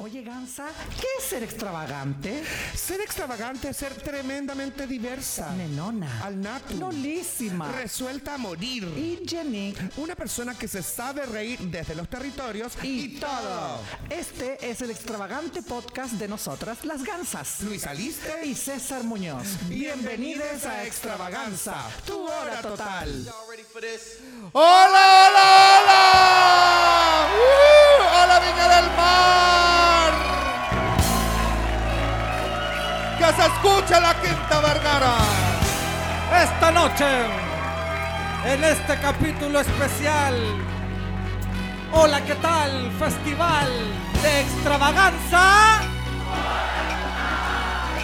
Oye, Gansa, ¿qué es ser extravagante? Ser extravagante es ser tremendamente diversa. Nenona. Al nato. Nolísima. Resuelta a morir. y Jenny. Una persona que se sabe reír desde los territorios y, todo. Este es el extravagante podcast de nosotras, las Gansas. Luis Aliste Y César Muñoz. Bienvenidos a Extravaganza, tu hora total. Y'all ready for this? ¡Hola, hola, hola! ¡Uh! ¡Hola, Viña del Mar! ¡Que se escuche la Quinta Vergara! Esta noche, en este capítulo especial, hola, ¿qué tal? Festival de extravaganza.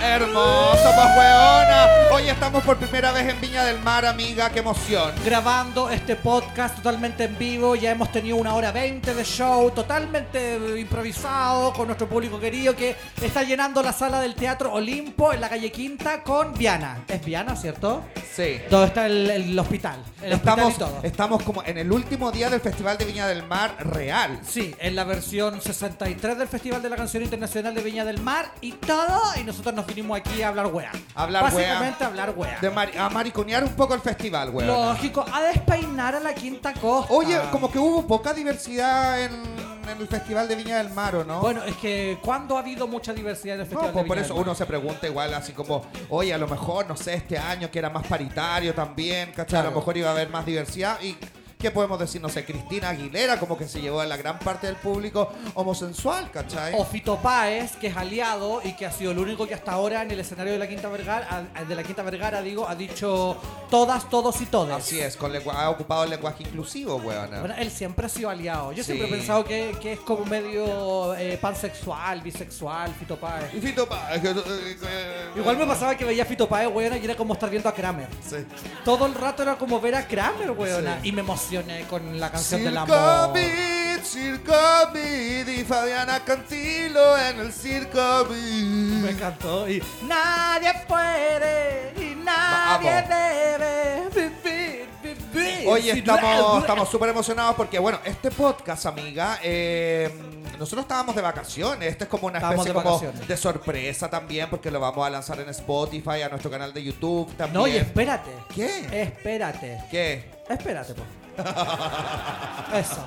¡Hermoso, pues, weona! Hoy estamos por primera vez en Viña del Mar, amiga, qué emoción. Grabando este podcast totalmente en vivo, ya hemos tenido una hora veinte de show, totalmente eh, improvisado, con nuestro público querido que está llenando la sala del Teatro Olimpo en la calle Quinta con Viana. Es Viana, ¿cierto? Sí. Donde está el, el hospital. El hospital Estamos, y todo. estamos como en el último día del Festival de Viña del Mar real. Sí, en la versión 63 del Festival de la Canción Internacional de Viña del Mar y todo. Y nosotros nos vinimos aquí a hablar wea. Hablar wea. Básicamente a hablar wea. De mari- a mariconear un poco el festival, weón. Lógico, a despeinar a la quinta costa. Oye, como que hubo poca diversidad en, en el Festival de Viña del Mar, ¿o no? Bueno, es que cuando ha habido mucha diversidad en el No, Festival pues de por Viña del eso Mar? uno se pregunta igual así como, oye, a lo mejor, no sé, este año que era más paritario también, ¿cachai? A lo mejor iba a haber más diversidad y... ¿Qué podemos decir? No sé, Cristina Aguilera como que se llevó a la gran parte del público homosensual, ¿cachai? O Fito Páez, que es aliado y que ha sido el único que hasta ahora en el escenario de la Quinta Vergara, a- de la Quinta Vergara, digo, ha dicho todas, todos y todas. Así es, con lengua- ha ocupado el lenguaje inclusivo, weona. Bueno, él siempre ha sido aliado. Yo siempre he Sí. pensado que, que es como medio eh, pansexual, bisexual, Fito Páez. Y Fito Páez, que- eh, Igual me pasaba que veía a Fito Páez, weona, y era como estar viendo a Kramer. Sí. Todo el rato era como ver a Kramer, weona. Sí. Y me emocioné con la canción del Circo amor. Beat, Circo Beat y Fabiana Cantilo en el Circo Me Beat. encantó. Y nadie puede y nadie Vamos. debe vivir, vivir. Hoy sin estamos la- estamos súper emocionados porque, bueno, este podcast, amiga, eh, nosotros estábamos de vacaciones. Esto es como una Estábamos especie de como vacaciones. de sorpresa también porque lo vamos a lanzar en Spotify, a nuestro canal de YouTube también. No, y espérate. ¿Qué? Espérate. ¿Qué? Espérate, pues. Eso.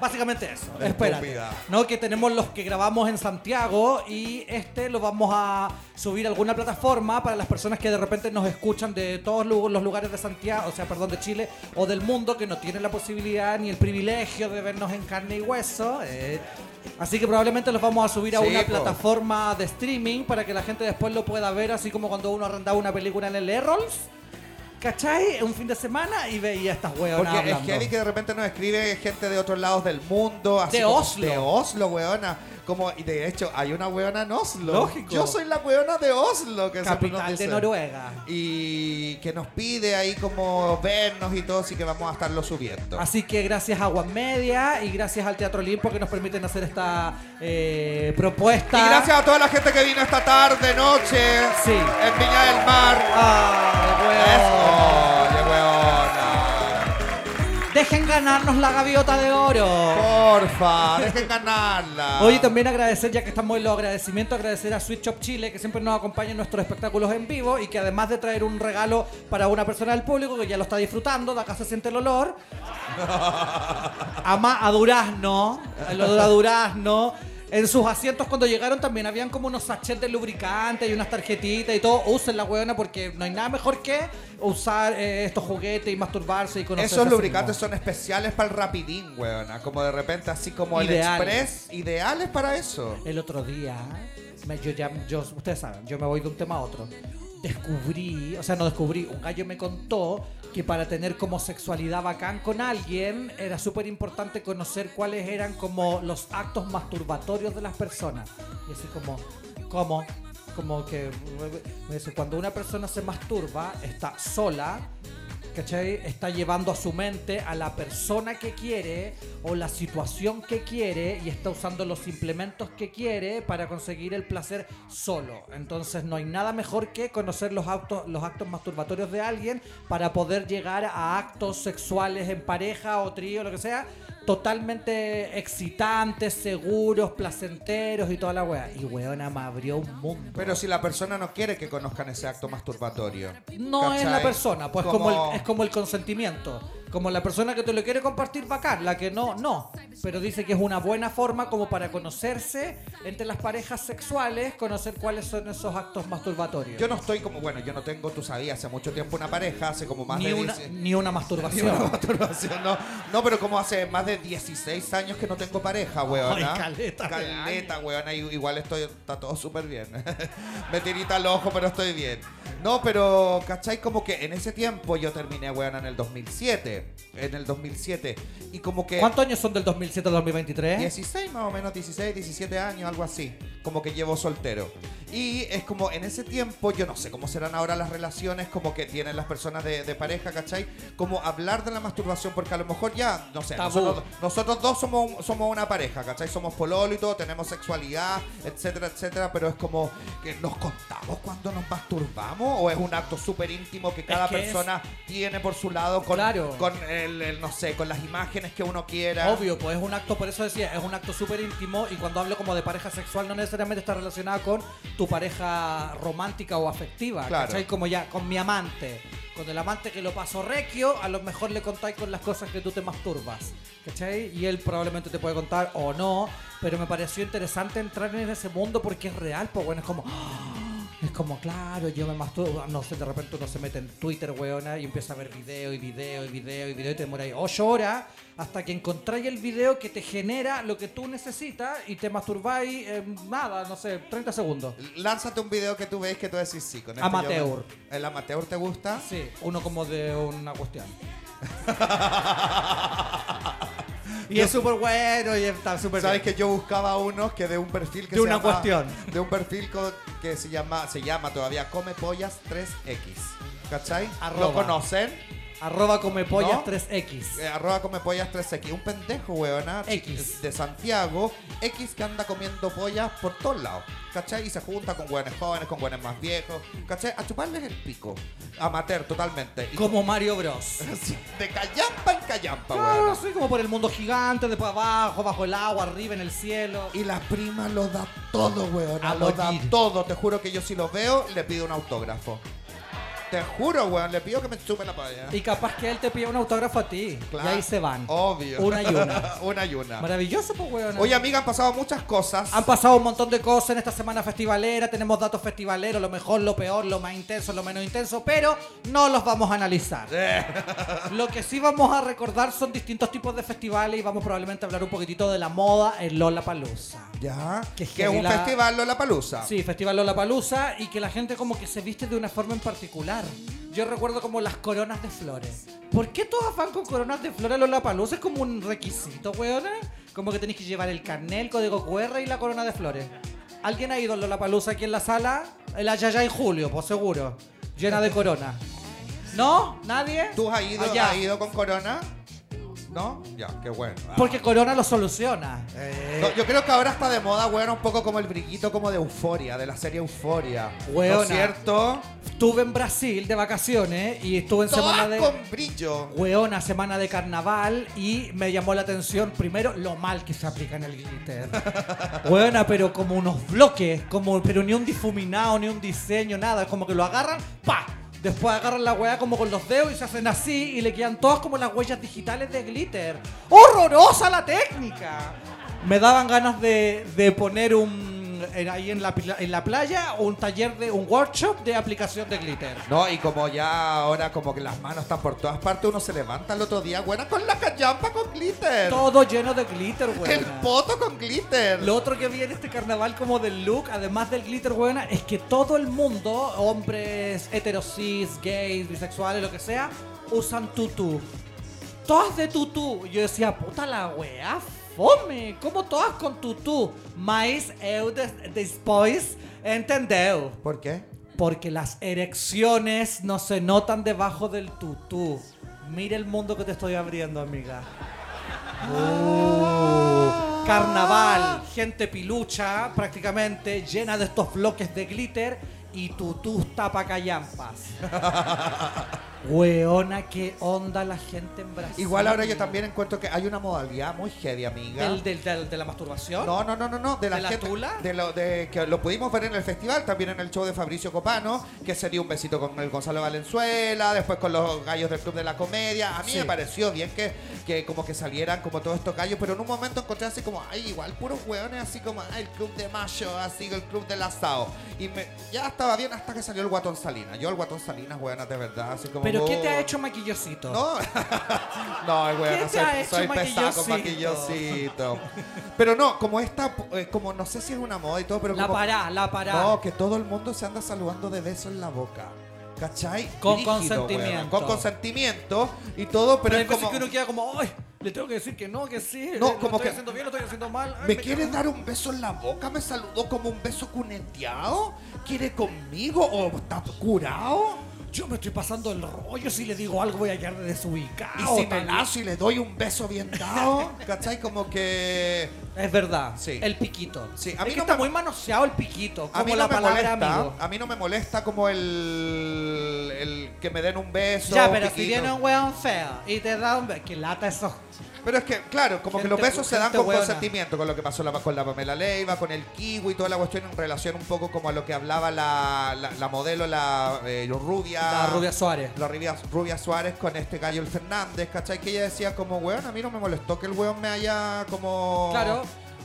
Básicamente eso. Estúpida. Espérate. No, que tenemos los que grabamos en Santiago y este lo vamos a subir a alguna plataforma para las personas que de repente nos escuchan de todos lu- los lugares de Santiago, o sea, perdón, de Chile o del mundo que no tienen la posibilidad ni el privilegio de vernos en carne y hueso. eh. Así que probablemente los vamos a subir a Sí, una po. plataforma de streaming para que la gente después lo pueda ver, así como cuando uno arrendaba una película en el Errols. ¿Cachai? Un fin de semana y veía estas hueonas Porque es hablando. heavy que de repente nos escribe gente de otros lados del mundo. Así De como- Oslo. De Oslo, weona. Como, y de hecho, hay una weona en Oslo. Lógico. Yo soy la weona de Oslo, que siempre nos Capital de dicen. Noruega. Y que nos pide ahí como vernos y todo, así que vamos a estarlo subiendo. Así que gracias a One Media y gracias al Teatro Olimpo que nos permiten hacer esta eh, propuesta. Y gracias a toda la gente que vino esta tarde, noche, Sí. en Viña del Mar. Ay, weón. Eso, oye, weona. Dejen ganarnos la gaviota de oro. Porfa, dejen ganarla. Oye, también agradecer, ya que estamos en los agradecimientos, agradecer a Switch Shop Chile, que siempre nos acompaña en nuestros espectáculos en vivo y que además de traer un regalo para una persona del público que ya lo está disfrutando, de acá se siente el olor, ama a Durazno, el olor a Durazno. En sus asientos cuando llegaron también habían como unos sachets de lubricante y unas tarjetitas y todo. Usen la huevona porque no hay nada mejor que usar eh, estos juguetes y masturbarse y conocer. Esos lubricantes son especiales para el rapidín, weona. Como de repente, así como Ideal. el express, ideales para eso. El otro día, me- yo ya, yo- ustedes saben, yo me voy de un tema a otro. Descubrí, o sea, no descubrí, un gallo me contó que para tener como sexualidad bacán con alguien era súper importante conocer cuáles eran como los actos masturbatorios de las personas. Y así como, ¿cómo? Como que, me dice, cuando una persona se masturba, está sola, ¿Cachai? Está llevando a su mente a la persona que quiere o la situación que quiere y está usando los implementos que quiere para conseguir el placer solo. Entonces no hay nada mejor que conocer los actos, los actos masturbatorios de alguien para poder llegar a actos sexuales en pareja o trío, lo que sea, totalmente excitantes, seguros, placenteros y toda la weá. Y weona me abrió un mundo. Pero si la persona no quiere que conozcan ese acto masturbatorio. No es ¿cachai? la persona, pues como... el, es como el consentimiento. Como la persona que te lo quiere compartir, bacán. La que no, no. Pero dice que es una buena forma como para conocerse entre las parejas sexuales, conocer cuáles son esos actos masturbatorios. Yo no estoy como, bueno, yo no tengo, tú sabías, hace mucho tiempo una pareja, hace como más ni, de una, 10 ni una ni masturbación. una masturbación, no. No, pero como hace más de 16 años que no tengo pareja, weona. Ay, caleta de Caleta, weona. y- Igual estoy, está todo súper bien. Me tirita al ojo, pero estoy bien. No, pero, ¿cachai? Como que en ese tiempo yo terminé, weona, en el 2007. En el 2007. Y como que... ¿Cuántos años son del 2007 al 2023? 16 más o menos, 16, 17 años, algo así. Como que llevo soltero. Y es como en ese tiempo, yo no sé cómo serán ahora las relaciones, como que tienen las personas de, de pareja, ¿cachai? Como hablar de la masturbación, porque a lo mejor ya, no sé, Tabú. nosotros, nosotros dos somos, un- somos una pareja, ¿cachai? Somos pololo y todo, tenemos sexualidad, etcétera, etcétera, pero es como que nos contamos cuando nos masturbamos o es un acto súper íntimo que cada que es- persona tiene por su lado con, Claro. con el, el, no sé, con las imágenes que uno quiera. Obvio, pues es un acto, por eso decía, es un acto súper íntimo y cuando hablo como de pareja sexual no necesariamente está relacionada con tu pareja romántica o afectiva, Claro. ¿cachai? Como ya, con mi amante, con el amante que lo pasó requio, a lo mejor le contáis con las cosas que tú te masturbas, ¿cachai? Y él probablemente te puede contar o no, pero me pareció interesante entrar en ese mundo porque es real, pues bueno, es como... Es como, claro, yo me masturbo. No sé, de repente uno se mete en Twitter, weona, y empieza a ver video y video y video y video y te demoráis 8 horas hasta que encontráis el video que te genera lo que tú necesitas y te masturbáis en nada, no sé, 30 segundos. Lánzate un video que tú ves que tú decís sí. Con este yo- Amateur. ¿El amateur te gusta? Sí, uno como de una cuestión. y es súper bueno y está súper Sabes bien. que yo buscaba unos que de un perfil que se De una llama- cuestión. De un perfil co- que se llama, se llama todavía Come Pollas 3X. ¿Cachai? ¿Lo Arroba. conocen? Arroba come ¿No? pollas 3X. Eh, arroba Come Pollas 3X. Un pendejo, weona. eh, X. De Santiago. X que anda comiendo pollas por todos lados. ¿Cachai? Y se junta con weones jóvenes, con weones más viejos. ¿Cachai? A chuparles el pico. Amateur, totalmente. Y Como Mario Bros. Sí, de callampa en callampa, Claro, weona. sí, como por el mundo gigante, después abajo, bajo el agua, arriba, en el cielo. Y la prima lo da todo, weón. A Lo da morir. todo. Te juro que yo si lo veo, le pido un autógrafo. Te juro, weón. Le pido que me chupe la playa. Y capaz que él te pide un autógrafo a ti. Y ahí se van. Obvio. Una y una. una y una. Maravilloso, pues, weón. Oh. Oye, amiga, han pasado muchas cosas. Han pasado un montón de cosas en esta semana festivalera. Tenemos datos festivaleros, lo mejor, lo peor, lo más intenso, lo menos intenso, pero no los vamos a analizar. Lo que sí vamos a recordar son distintos tipos de festivales y vamos probablemente a hablar un poquitito de la moda en Lola Palusa. ya. Que Que, es un la- festival Lola Palusa. Sí, Festival Lollapalooza y que la gente como que se viste de una forma en particular. Yo recuerdo como las coronas de flores. ¿Por qué todas van con coronas de flores a Lollapalooza? Es como un requisito, weona. Como que tenéis que llevar el carnet, el código QR y la corona de flores. ¿Alguien ha ido a Lollapalooza aquí en la sala? El Ayayay Julio, por seguro. Llena de corona. ¿No? ¿Nadie? ¿Tú has ido, Allá. has ido con Corona? ¿No? Ya, qué bueno. Ah. Porque corona lo soluciona. Eh. No, yo creo que ahora está de moda, weón, un poco como el brillito como de Euforia, de la serie Euforia. ¿No Weona. es cierto? Estuve en Brasil de vacaciones y estuve en semana Todas de... con brillo. Hueona, semana de carnaval y me llamó la atención primero lo mal que se aplica en el glitter. Hueona, pero como unos bloques, como, pero ni un difuminado, ni un diseño, nada. Como que lo agarran, ¡pa! Después agarran la hueá como con los dedos y se hacen así y le quedan todas como las huellas digitales de glitter. ¡Horrorosa la técnica! Me daban ganas de, de poner un. en- ahí en la, pla- en la playa, un taller de. un workshop de aplicación de glitter. No, y como ya ahora como que las manos están por todas partes, uno se levanta el otro día, buena con la callampa con glitter. Todo lleno de glitter, hueona. el poto con glitter. Lo otro que vi en este carnaval como del look, además del glitter, buena, es que todo el mundo, hombres, heterosis, gays, bisexuales, lo que sea, usan tutú. Todas de tutú. Yo decía, puta la weá, fome. ¿Cómo todas con tutú? Mas eu des- después entendeu. ¿Por qué? Porque las erecciones no se notan debajo del tutú. Mira el mundo que te estoy abriendo, amiga. Uh, carnaval, gente pilucha prácticamente, llena de estos bloques de glitter y tutús tapacayampas. Weona, qué onda la gente en Brasil. Igual ahora yo también encuentro que hay una modalidad muy heavy, amiga. ¿Del, del, del- de la masturbación? No, no, no, no, no. De la, ¿De la gente- tula? De lo, de, que lo pudimos ver en el festival, también en el show de Fabricio Copano, que sería un besito con el Gonzalo Valenzuela, después con los gallos del Club de la Comedia. A mí Sí. me pareció bien que, que como que salieran como todos estos gallos, pero en un momento encontré así como, ay, igual puros hueones, así como, ay, el Club de Mayo, así el Club del Asado. Y me- ya estaba bien hasta que salió el Guatón Salinas. Yo el Guatón Salinas, hueonas, de verdad, así como... ¿Pero qué te ha oh. hecho maquillosito? No, no, güey, ¿Qué no te ha soy, hecho soy pesado con maquillosito? maquillosito. Pero no, como esta, eh, como no sé si es una moda y todo, pero La como. pará, la pará. No, que todo el mundo se anda saludando de beso en la boca. ¿Cachai? Con Brígido, consentimiento. weón, Con consentimiento y todo, pero, pero hay es veces como. que uno queda como, ¡ay! Le tengo que decir que no, que sí. No, eh, lo como estoy que- haciendo bien, lo estoy haciendo mal. ay, ¿Me quieres dar un beso en la boca? ¿Me saludó como un beso cuneteado? ¿Quiere conmigo o está curado? Yo me estoy pasando el rollo. Si le digo algo, voy a quedar Y desubicado. si me tal- lazo y le doy un beso bien dado, ¿cachai? Como que. Es verdad. Sí. El piquito. Sí, a es mí que no está me- muy manoseado el piquito. Como A mí, la no me palabra molesta, amigo. a mí no me molesta como el, el que me den un beso. ya, un pero si piquito. viene un weón feo y te da un beso, que lata esos. Pero es que, claro, como que los Gente- besos se dan gente con hueona. consentimiento, con lo que pasó la- con la Pamela Leiva, con el kiwi, toda la cuestión en relación un poco como a lo que hablaba la, la- la modelo, la eh, rubia. La rubia Suárez. La rubia, Rubia Suárez con este gallo el Fernández, ¿cachai? Que ella decía como, weón, a mí no me molestó que el weón me haya como... Claro.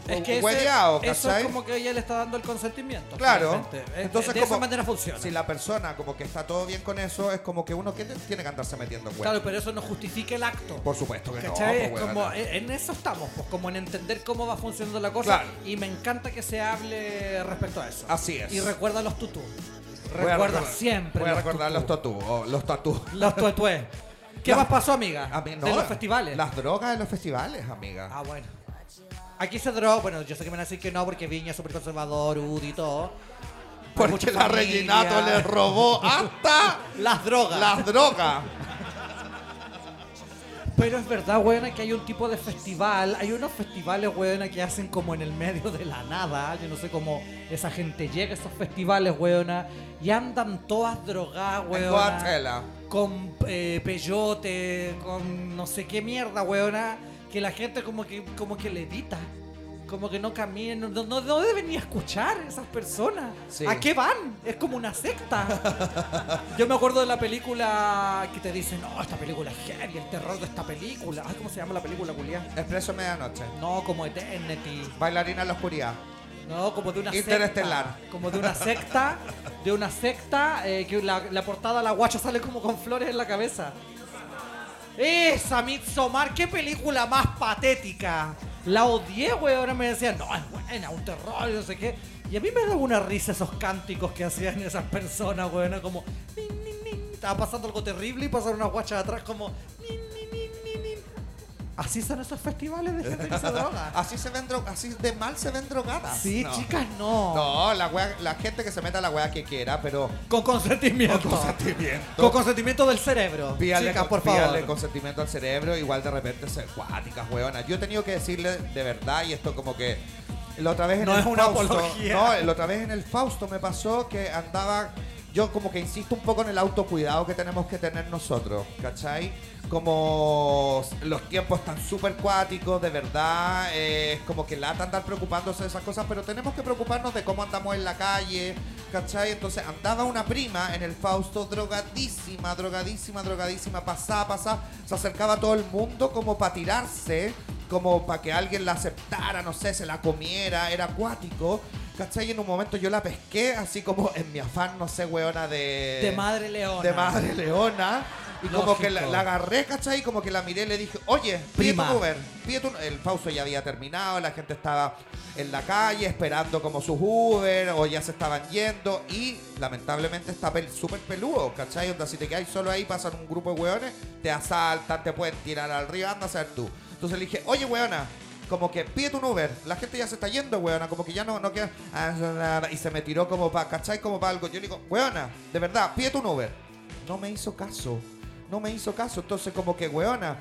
Es que ese- Oh. hueveado, eso ¿cachai? es como que ella le está dando el consentimiento. Claro. finalmente. Es- Entonces, de como, esa manera funciona. Si la persona como que está todo bien con eso, es como que uno que tiene que andarse metiendo en hueá. Claro, pero eso no justifica el acto. Por supuesto que ¿Cachai? no. Es pues, como, hueona. en en eso estamos, pues, como en entender cómo va funcionando la cosa. Claro. Y me encanta que se hable respecto a eso. Así es. Y recuerda los tutú. Voy a Recuerda recordar- siempre. Voy a recordar los tutú. tatú. oh, los tatú. Los tuetué. ¿Qué Las- más pasó, amiga? A mí no, de los festivales. Las drogas de los festivales, amiga. Ah, bueno. Aquí se drogó, bueno, yo sé que me van a decir que no porque Viña es súper conservador, Udi y todo. Hay Porque mucha la familia. Reginato le robó hasta Las drogas. las drogas. Pero es verdad, weona, que hay un tipo de festival. Hay unos festivales, weona, que hacen como en el medio de la nada. Yo no sé cómo esa gente llega a esos festivales, weona. Y andan todas drogadas, En weona. Coachella. Con eh, peyote, con no sé qué mierda, weona. Que la gente como que, como que levita. Como que no camina. No, no, no deben ni escuchar esas personas. Sí. ¿A qué van? Es como una secta. Yo me acuerdo de la película que te dicen, no, esta película es heavy, el terror de esta película. Ay, ¿cómo se llama la película, Julián? Expreso medianoche. No, como Eternity. Bailarina en la oscuridad. No, como de una Interestelar. secta. Como de una secta. De una secta eh, que la, la portada la guacha sale como con flores en la cabeza. Esa, Midsommar, qué película más patética. La odié, güey. Ahora me decían, no, es buena, un terror, no sé qué. Y a mí me daba una risa esos cánticos que hacían esas personas, güey. ¿no? Como, "Nin, nin, nin". estaba pasando algo terrible y pasaron unas guachas atrás como, "Nin, nin, nin, nin, nin". Así son esos festivales de gente que se droga. Así se ven dro- así de mal se ven drogadas. Ah. Sí, No. chicas, no. No, la, wea- la gente que se meta a la weá que quiera, pero. Con consentimiento. Con consentimiento. Con consentimiento del cerebro. Pídale, Chicas, por pídale favor. consentimiento al cerebro, igual de repente se cuáticas, hueonas. Yo he tenido que decirle de verdad, y esto como que. La otra vez en No el es una Fausto. apología. No, la otra vez en el Fausto me pasó que andaba. Yo como que insisto un poco en el autocuidado que tenemos que tener nosotros, ¿cachai? Como los tiempos están súper cuáticos, de verdad, eh, es como que lata andar preocupándose de esas cosas, pero tenemos que preocuparnos de cómo andamos en la calle, ¿cachai? Entonces andaba una prima en el Fausto drogadísima, drogadísima, drogadísima, pasaba, pasaba, se acercaba a todo el mundo como para tirarse, como para que alguien la aceptara, no sé, se la comiera, era acuático. ¿Cachai? Y en un momento yo la pesqué, así como en mi afán, no sé, weona, de. De madre leona. De madre leona. Y como Lógico. que la, la agarré, ¿cachai? Y como que la miré y le dije, oye, pide tu Prima. Uber. pide tu- El pauso ya había terminado, la gente estaba en la calle esperando como sus Uber o ya se estaban yendo. Y lamentablemente está pel- súper peludo, ¿cachai? Onda, si te quedáis solo ahí, pasan un grupo de weones, te asaltan, te pueden tirar al río, anda a ser tú. Entonces le dije, oye, weona. Como que pide un Uber, la gente ya se está yendo, weona, como que ya no, no queda. Y se me tiró como para, ¿cachai? Como para algo. Yo le digo, weona, de verdad, pide un Uber no me hizo caso. No me hizo caso. Entonces, como que, weona,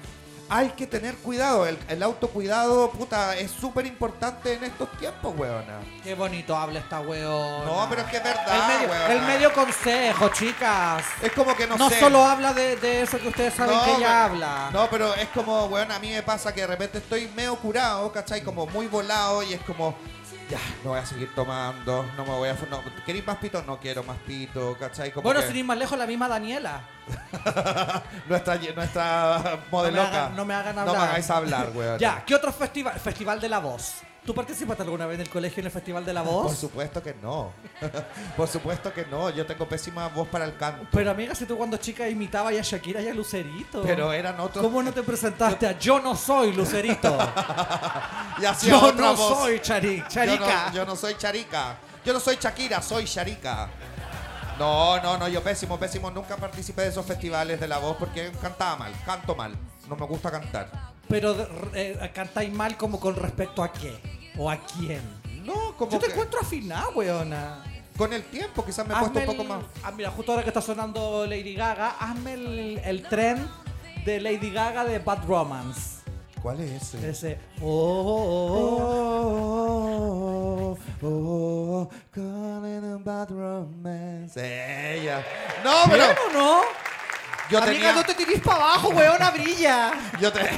hay que tener cuidado. El, el autocuidado, puta, es súper importante en estos tiempos, weona. Qué bonito habla esta weón. No, pero es que es El verdad, medio, weona. el medio consejo, chicas. Es como que no, No, sé. solo habla de, de eso que ustedes saben que pero- ella habla. No, pero es como, weón, a mí me pasa que de repente estoy medio curado, ¿cachai? Como muy volado y es como, ya, no voy a seguir tomando, no me voy a... fu- No, ¿Queréis más pito? No quiero más pito, ¿cachai? Como bueno, que sin ir más lejos, la misma Daniela. nuestra, nuestra modeloca. hagan- no me hagan No hablar. me hagáis hablar, weón. Ya, ¿qué otro festival? Festival de la Voz. ¿Tú participaste alguna vez en el colegio en el Festival de la Ah, Por Voz? supuesto que no. Por supuesto que no. Yo tengo pésima voz para el canto. Pero amiga, si tú cuando chica imitabas ya a Shakira y a Lucerito. Pero eran otros. ¿Cómo no te presentaste a Yo no soy Lucerito? Y hacía Yo otra no voz. soy Chari- Yo Charica. no, yo no soy Charica. Yo no soy Shakira, soy Charica. No, no, no, yo pésimo, pésimo. Nunca participé de esos festivales de la voz porque cantaba mal, canto mal. No me gusta cantar. Pero eh, cantáis mal como con respecto a qué o a quién. No, como Yo te que encuentro afinada, weona. con el tiempo quizás me he Hazme puesto un el- poco más. Ah, mira, justo ahora que está sonando Lady Gaga, hazme el, el tren de Lady Gaga de Bad Romance. ¿Cuál es ese? Ese. Oh, oh, oh, oh, oh, oh, Calling about romance. Ella. No, pero ¿Bien o no? yo Amiga, tenía... no te tirís para abajo, weona, brilla. Yo te...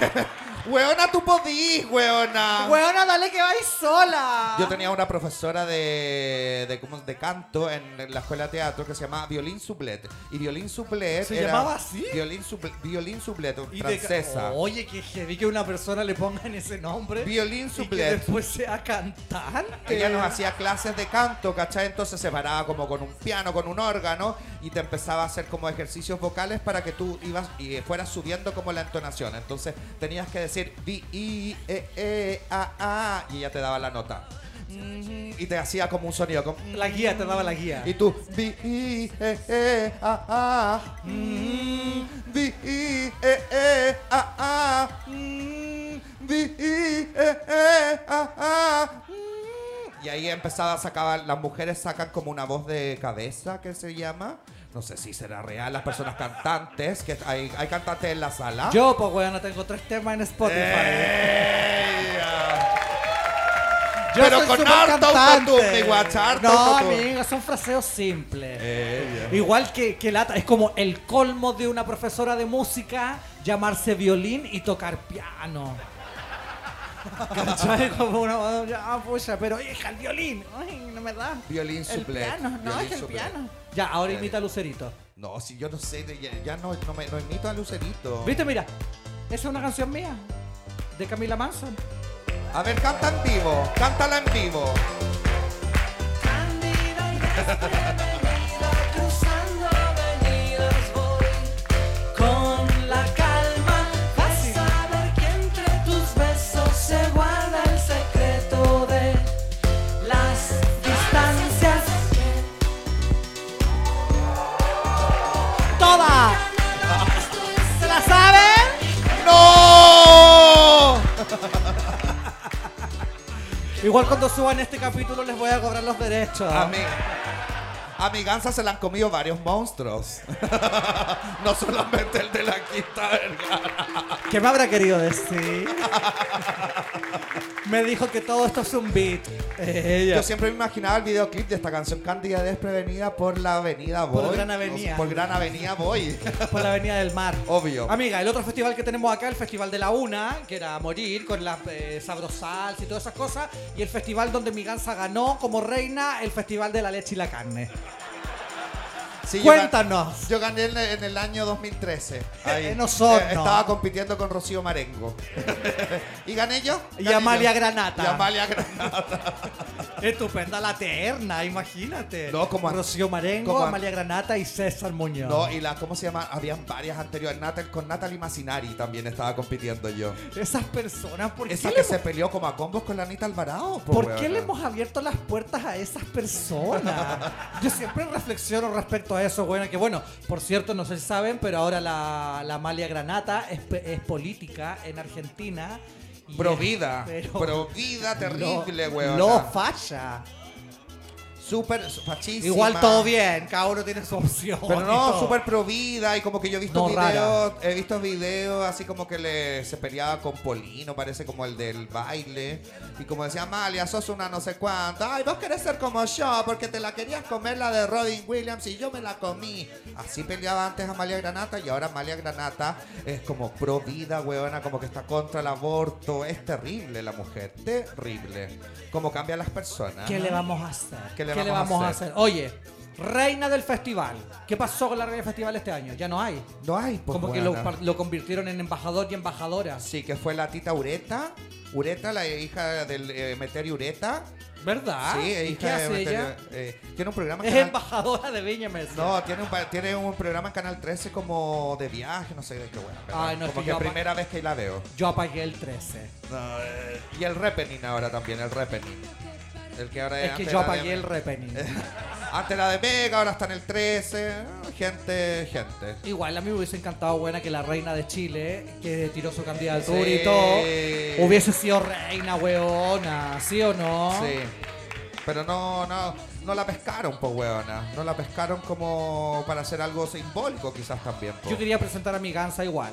Weona, tú podís, weona. Weona, dale que vais sola. Yo tenía una profesora de, de, ¿cómo es? de canto en la escuela de teatro que se llamaba Violín Suplet. Y Violín Suplet ¿Se era- llamaba así? Violín, Suple- Violín Suplet, Y de ca- Oh. francesa. Oye, que heavy que una persona le pongan ese nombre. Violín y que Suplet. después sea cantante. Ella nos hacía clases de canto, ¿cachai? Entonces se paraba como con un piano, con un órgano y te empezaba a hacer como ejercicios vocales para que tú ibas y fueras subiendo como la entonación. Entonces tenías que decir vi, i, e, e, a, a y ella te daba la nota. Y te hacía como un sonido, como La guía, te daba la guía. Y tú, vi, i, e, e, a, a, mm, vi, i, e, e, a, a, mm, vi, i, e, e, a, a, mm. Y ahí empezaba a sacar, las mujeres sacan como una voz de cabeza que se llama. No sé si será real, las personas cantantes, que hay, hay cantantes en la sala. Yo, pues, weona, tengo tres temas en Spotify. Eh, ¡Ella! Yo Pero soy con súper harto cantante. autotune, guacha, harto No, autotune. amiga, son fraseos simples. ¡Ella! Igual que, que lata, es como el colmo de una profesora de música llamarse violín y tocar piano. ¿Cachai? Como una ah, pucha, pero hija, el violín. Ay, no me da. Violín suplente. Violín suplente. Ya, ahora imita a Lucerito. No, si yo no sé, de- ya, ya no, no me no imito a Lucerito. ¿Viste? Mira, esa es una canción mía, de Camila Manson. A ver, canta en vivo, cántala en vivo. Candida y desprevenido, cruzando avenidas voy con la calma. Vas a ver que entre tus besos se guarda el secreto de las distancias. ¡Toda! ¿Se la saben? ¡No! Igual cuando suban este capítulo les voy a cobrar los derechos. A mi, a mi gansa se la han comido varios monstruos. no solamente el de la quinta vergara. ¿Qué me habrá querido decir? me dijo que todo esto es un beat. Ella. Yo siempre me imaginaba el videoclip de esta canción Cándida Desprevenida por la Avenida Boy. Por Gran Avenida. por Gran Avenida Boy. Por la Avenida del Mar. Obvio. Amiga, el otro festival que tenemos acá, el Festival de la Una, que era a morir con las eh, sabrosals y todas esas cosas. Y el festival donde mi gansa ganó como reina, el Festival de la Leche y la Carne. Sí, yo gan- Cuéntanos. Yo gané en el, en el año 2013. Ahí. Eh, En Osorno. estaba compitiendo con Rocío Marengo. ¿Y gané yo? Y Gané Amalia yo. Granata. Y Amalia Granata. Estupenda la terna, imagínate. No, como a- Rocío Marengo, como a- Amalia Granata y César Muñoz. No, y la, ¿cómo se llama? Habían varias anteriores. Natal, con Natalie Massinari también estaba compitiendo yo. Esas personas, ¿por Esa qué que le se peleó como a combos con la Anita Alvarado. po, ¿Por weona. qué le hemos abierto las puertas a esas personas? Yo siempre reflexiono respecto a eso, bueno, que bueno, por cierto, no sé si saben, pero ahora la, la Amalia Granata es, pe- es política en Argentina. y- Provida. pero- Provida terrible, no- weona. No falla. súper fachísima. Igual todo bien, cada uno tiene su opción. Pero y no, todo. súper provida y como que yo he visto No, rara. videos, he visto videos así como que le, se peleaba con Polino, parece como el del baile. Y como decía, Amalia, sos una no sé cuánto. Ay, vos querés ser como yo porque te la querías comer la de Robin Williams y yo me la comí. Así peleaba antes Amalia Granata y ahora Amalia Granata es como pro vida, huevona, como que está contra el aborto. Es terrible la mujer, terrible. Como cambia a las personas. ¿Qué le vamos a hacer? ¿Qué le vamos a hacer? Oye, reina del festival. ¿Qué pasó con la reina del festival este año? Ya no hay. No hay, pues, Como que lo, huevona. par- lo convirtieron en embajador y embajadora. Sí, que fue la tita Ureta. Ureta, la hija del eh, Meteor Ureta. ¿Verdad? sí, Ah, ¿Y hija qué de hace Meteor- ella? eh, tiene un programa en Es Canal- embajadora de Viña Mesa. No, tiene un, pa- tiene un programa en Canal 13 como de viaje, no sé de qué bueno. ¿verdad? Ay, no, es como que que yo- primera vez que la veo. Yo apagué el 13. No, eh, y el Repenin ahora también, el Repenin. El que ahora es que antes yo era de- apagué el repening. Antes era de Mega, ahora está en el 13. Ah, Gente, gente. Igual a mí me hubiese encantado, buena, que la reina de Chile, que tiró su candidatura Sí. y todo, hubiese sido reina, weona, ¿sí o no? Sí. Pero no, no, no la pescaron, pues, weona. No la pescaron como para hacer algo simbólico, quizás también. po. Yo quería presentar a mi gansa igual.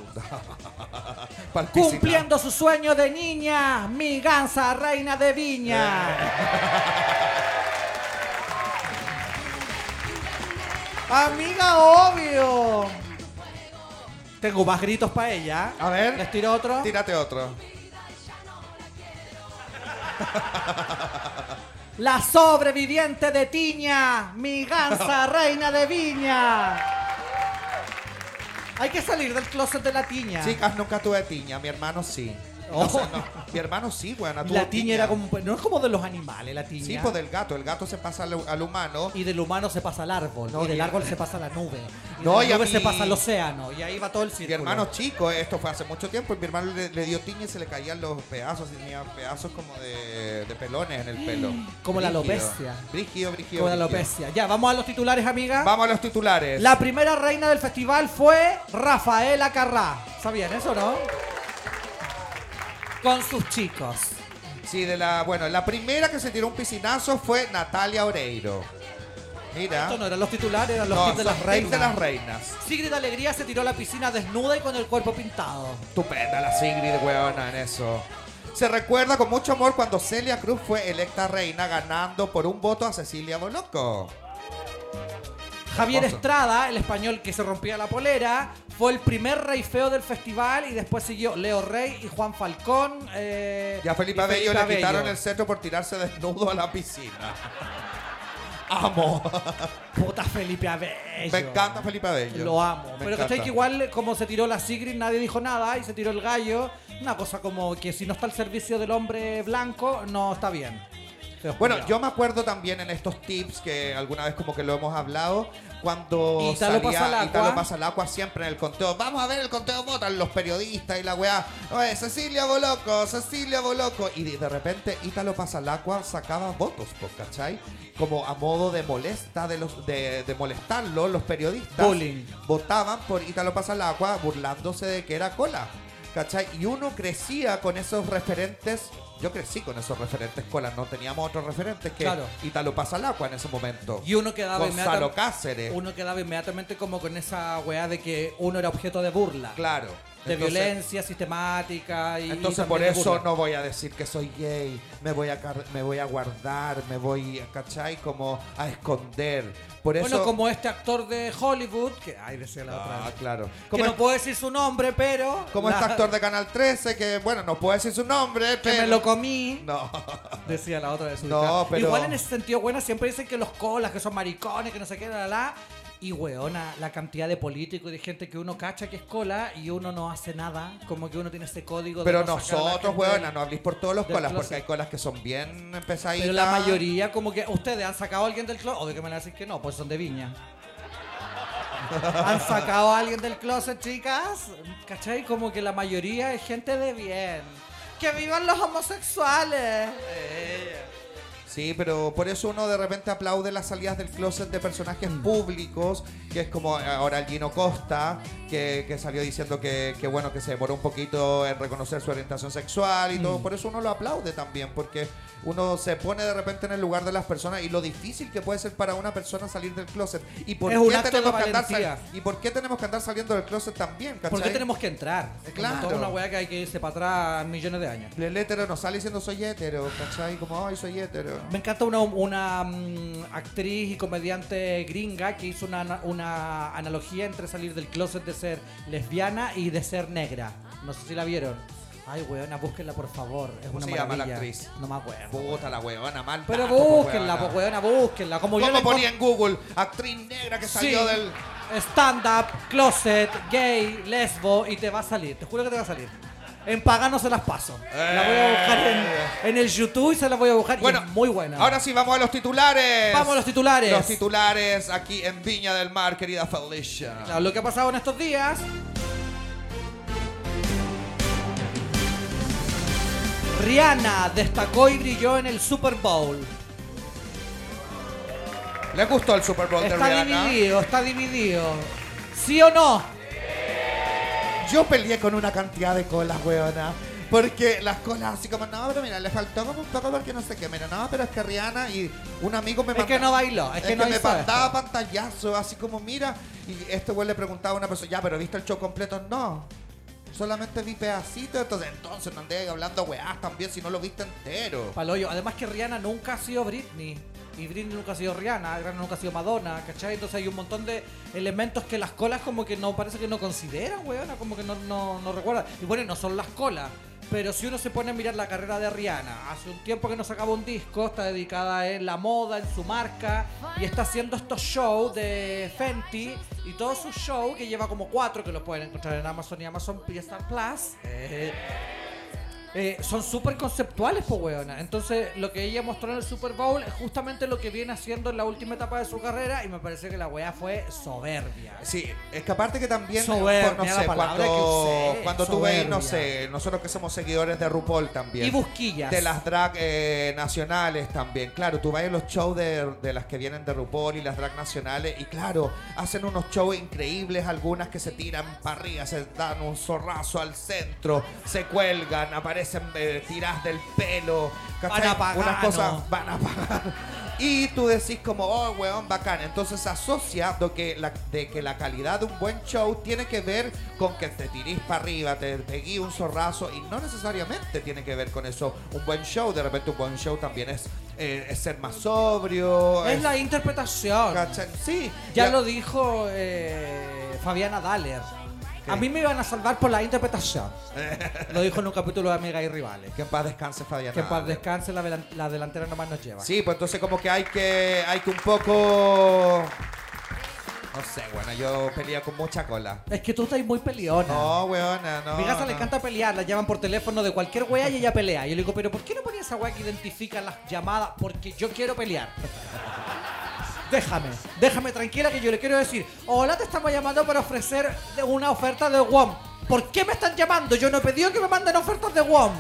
Participar. Cumpliendo su sueño de niña, mi gansa, reina de viña. Amiga, obvio. Tengo más gritos para ella. A ver. ¿Les tiro otro? Tírate otro. La sobreviviente de Tiña, mi gansa reina de viña. Hay que salir del closet de la Tiña. Chicas, nunca tuve tiña. Mi hermano sí. No Oh. sé, no. Mi hermano sí, weona. tuvo la tiña era como. No es como de los animales, la Tiña. Sí, pues del gato. El gato se pasa al, al humano. Y del humano se pasa al árbol. No, y del y- árbol se pasa a la nube. Y No, de y a la nube se mí- pasa al océano. Y ahí va todo el círculo. Mi hermano chico, esto fue hace mucho tiempo, y mi hermano le, le dio tiña y se le caían los pedazos, y tenía pedazos como de, de pelones en el pelo. Como la Brígido. alopecia. Brígido, brígido. Con la brígido. alopecia. Ya, vamos a los titulares, amiga. Vamos a los titulares. La primera reina del festival fue Rafaela Carrá. ¿Sabían eso, no? Con sus chicos. Sí, de la. Bueno, la primera que se tiró un piscinazo fue Natalia Oreiro. Mira. Esto no eran los titulares, eran los Ah. No, tips de son las tips reinas. de las reinas. Sigrid Alegría se tiró a la piscina desnuda y con el cuerpo pintado. Estupenda la Sigrid, weona, en eso. Se recuerda con mucho amor cuando Celia Cruz fue electa reina ganando por un voto a Cecilia Boloco. Javier Hermoso. Estrada, el español que se rompía la polera, fue el primer rey feo del festival y después siguió Leo Rey y Juan Falcón. eh, Y a Felipe y Abello le Abello. quitaron el centro por tirarse desnudo a la piscina. Amo. Puta Felipe Abello. Me encanta Felipe Abello. Lo amo. Me Pero ¿cachai? encanta. que igual como se tiró la Sigrid, nadie dijo nada y se tiró el gallo. Una cosa como que si no está al servicio del hombre blanco, no está bien. Feo Bueno, culiao. yo me acuerdo también en estos tips que alguna vez como que lo hemos hablado, cuando Ítalo salía Pasalacua. Ítalo Pasalacua siempre en el conteo. Vamos a ver el conteo, votan los periodistas y la weá. Oye, Cecilia Boloco, Cecilia Boloco. Y de de repente Ítalo Pasalacua sacaba votos, po, ¿cachai? Como a modo de molesta, de, los, de, de molestarlo, los periodistas Bullying. votaban por Ítalo Pasalacua burlándose de que era cola. ¿Cachai? Y uno crecía con esos referentes. Yo crecí con esos referentes cola, no teníamos otros referentes que Claro. Ítalo Pasalacua en ese momento. Y uno quedaba Gonzalo inmediata- Cáceres. Uno quedaba inmediatamente como con esa weá de que uno era objeto de burla. Claro. De Entonces- violencia sistemática y. Entonces también por de eso burla. no voy a decir que soy gay, me voy a car- me voy a guardar, me voy, ¿cachai? Como a esconder. Por eso Bueno, como este actor de Hollywood, que. Ay, decía la Ah, otra. claro. Que Como, no puedo decir su nombre, pero. como la- este actor de Canal 13 que bueno, no puedo decir su nombre, Que pero me lo comí, no. decía la otra de su No, pero- Igual en ese sentido, bueno, siempre dicen que los colas, que son maricones, que no sé qué, la, la, la. Y weona, la cantidad de políticos y de gente que uno cacha que es cola y uno no hace nada. Como que uno tiene ese código de Pero no sacar a la nosotros, gente weona, no habléis por todos los del colas, porque closet. hay colas que son bien pesaditas. Pero la mayoría, como que ustedes han sacado a alguien del closet. Obvio que me van a decir que no, pues son de viña. ¿Han sacado a alguien del closet, chicas? ¿Cachai? Como que la mayoría es Eh, gente de bien. ¡Que vivan los homosexuales! Sí, pero por eso uno de repente aplaude las salidas del closet de personajes Mm. públicos, que es como eh, ahora el Gino Costa, que, que salió diciendo que, que bueno, que se demoró un poquito en reconocer su orientación sexual y todo. Mm. Por eso uno lo aplaude también, porque uno se pone de repente en el lugar de las personas y lo difícil que puede ser para una persona salir del closet. ¿Y por, Es un qué, acto de tenemos que andar valentía. sali- ¿y por qué tenemos que andar saliendo del closet también? ¿Por qué cachai? tenemos que entrar? Eh, claro. Como Toda una weá que hay que irse para atrás millones de años. El hétero no sale diciendo soy hétero, ¿cachai? Como, ay, soy hétero. Me encanta una, una, mm, actriz y comediante gringa que hizo una, ana- una analogía entre salir del closet de ser lesbiana y de ser negra. No sé si la vieron. Ay, weona, búsquenla por favor. Es ¿Cómo una se llama la maravilla. actriz? Ah, No me acuerdo. Puta la huevona, mal. Pero dato, po, búsquenla, huevona. pues weona, búsquenla. Como yo ¿Cómo le ponía en Google? Actriz negra que salió Sí. del. Stand-up, closet, gay, lesbo y te va a salir. Te juro que te va a salir. En pagano se las paso. La voy a buscar en, en el YouTube y se las voy a buscar. y es muy buena. Eh. Ahora sí, vamos a los titulares. Vamos a los titulares. Los titulares aquí en Viña del Mar, querida Felicia. Claro, lo que ha pasado en estos días. Rihanna destacó y brilló en el Super Bowl. ¿Le gustó el Super Bowl de Está Rihanna? dividido, está dividido. ¿Sí o no? Yo peleé con una cantidad de colas, weona. Porque las colas así como, no, pero mira, le faltó como un poco porque no sé qué. Mira, no, pero es que Rihanna y un amigo me Es que manda- no bailó, es que no me hizo mandaba pantallazos, así como, mira. Y este güey le preguntaba a una persona, ya, pero ¿viste el show completo? No. Solamente vi pedacitos, entonces, entonces no andé hablando weás también si no lo viste entero. Paloyo. Además que Rihanna nunca ha sido Britney. Y Britney nunca ha sido Rihanna, Rihanna nunca ha sido Madonna, ¿cachai? Entonces hay un montón de elementos que las colas como que no parece que no consideran, weona, como que no, no, no recuerdan. Y bueno, no son las colas. Pero si uno se pone a mirar la carrera de Rihanna, hace un tiempo que no sacaba un disco, está dedicada en la moda, en su marca, y está haciendo estos shows de Fenty y todos sus shows, que lleva como cuatro que los pueden encontrar en Amazon y Amazon Star Plus. Eh, eh, son súper conceptuales, po, weona. Entonces, lo que ella mostró en el Super Bowl es justamente lo que viene haciendo en la última etapa de su carrera y me parece que la weá fue soberbia. Sí, es que aparte que también, Soberbia, pues, no la sé, palabra que cuando, usé, cuando tú veis, no soberbia. sé, nosotros que somos seguidores de RuPaul también. Y busquillas. De las drag eh, nacionales también. Claro, tú vas a los shows de, de las que vienen de RuPaul y las drag nacionales. Y claro, hacen unos shows increíbles. Algunas que se tiran para arriba, se dan un zorrazo al centro, se cuelgan, aparecen eh, tiras del pelo. Van a pagar, Unas cosas ¿no? van a pagar. Y tú decís como, oh, weón, bacán. Entonces se asocia de que, la, de que la calidad de un buen show tiene que ver con que te tirís para arriba, te peguís un zorrazo. Y no necesariamente tiene que ver con eso un buen show. De repente un buen show también es, eh, es ser más sobrio. es la interpretación. ¿cachai? Sí. Ya y a- lo dijo eh, Fabiana Daller. A mí me iban a salvar por la interpretación. lo dijo en un capítulo de Amigas y Rivales. Que en paz descanse, Fabián. Que para descanse la, velan- la delantera nomás nos lleva. Sí, pues entonces como que hay que, hay que un poco... No sé, bueno, yo pelea con mucha cola. Es que tú estás muy peleona. No, weona, no. A mi casa le no. encanta pelear, la llaman por teléfono de cualquier wea y ella pelea. Yo le digo, pero ¿por qué no ponía esa wea que identifica las llamadas? Porque yo quiero pelear. Déjame, déjame tranquila que yo le quiero decir, hola, te estamos llamando para ofrecer de- una oferta de WOM. ¿Por qué me están llamando? Yo no he pedido que me manden ofertas de WOM.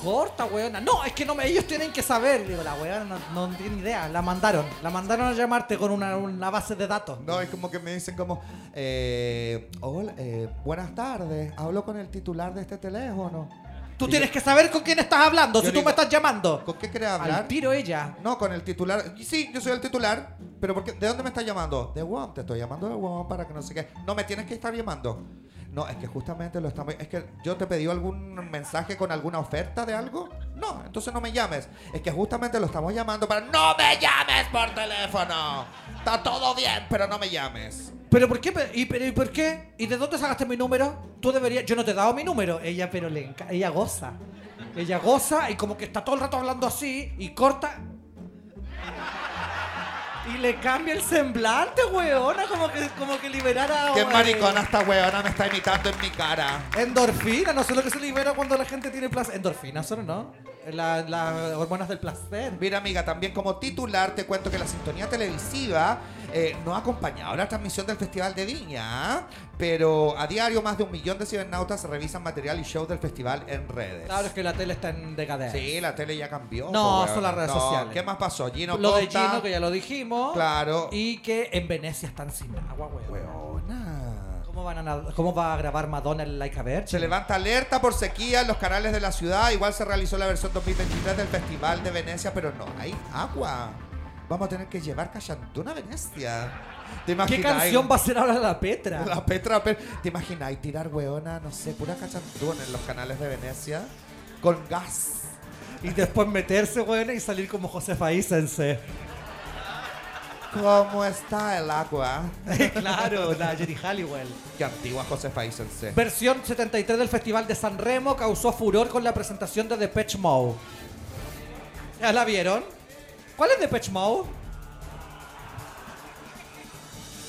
Corta, weona. No, es que no me, ellos tienen que saber. Le Digo, la weona no, no tiene idea. La mandaron. La mandaron a llamarte con una, una base de datos. No, es como que me dicen como, eh, hola, eh, buenas tardes, hablo con el titular de este teléfono. Tú tienes que saber con quién estás hablando Yo si tú digo, me estás llamando. ¿Con qué querés Al hablar? tiro ella. No, con el titular. Y Sí, yo soy el titular, pero ¿por qué? ¿de dónde me estás llamando? De WOM, te estoy llamando de WOM para que no sé qué. No, me tienes que estar llamando. No, es que justamente lo estamos... Es que yo te pedí algún mensaje con alguna oferta de algo. No, entonces no me llames. Es que justamente lo estamos llamando para... No me llames por teléfono. Está todo bien, pero no me llames. ¿Pero por qué? pe- ¿Y, pero, ¿y por qué? ¿Y de dónde sacaste mi número? Tú deberías. Yo no te he dado mi número. Ella, pero le enca- ella goza. Ella goza y como que está todo el rato hablando así y corta. Y le cambia el semblante, weona, como que, como que liberara. Qué eh, maricona esta weona me está imitando en mi cara. Endorfina, no sé lo que se libera cuando la gente tiene placer. Endorfina, solo no. la- las hormonas del placer. Mira, amiga, también como titular te cuento que la sintonía televisiva eh, no ha acompañado la transmisión del Festival de Viña, ¿ah? pero a diario más de un millón de cibernautas revisan material y shows del festival en redes. Claro, es que la tele está en decadencia. Sí, la tele ya cambió. No, po, son weón. las redes sociales. ¿Qué más pasó? Gino lo de Costa, Gino, que ya lo dijimos. Claro. Y que en Venecia están sin agua, weón. Weona. ¿Cómo, van a nad- cómo va a grabar Madonna el Like a Virgin? Se levanta alerta por sequía en los canales de la ciudad. Igual se realizó la versión 2023 del Festival de Venecia, pero no hay agua. Vamos a tener que llevar cachantuna a Venecia. ¿Te ¿Qué imaginas? canción va a ser ahora la Petra? La Petra Pe- ¿Te imagináis tirar weona, no sé, pura cachantuna en los canales de Venecia? Con gas. Y después meterse, weón, y salir como Josefa Isense. ¿Cómo está el agua? claro, la Jerry Halliwell. Qué antigua Josefa Isense. Versión 73 del Festival de San Remo causó furor con la presentación de Depeche Mode. ¿Ya la vieron? ¿Cuál es Depeche Mode?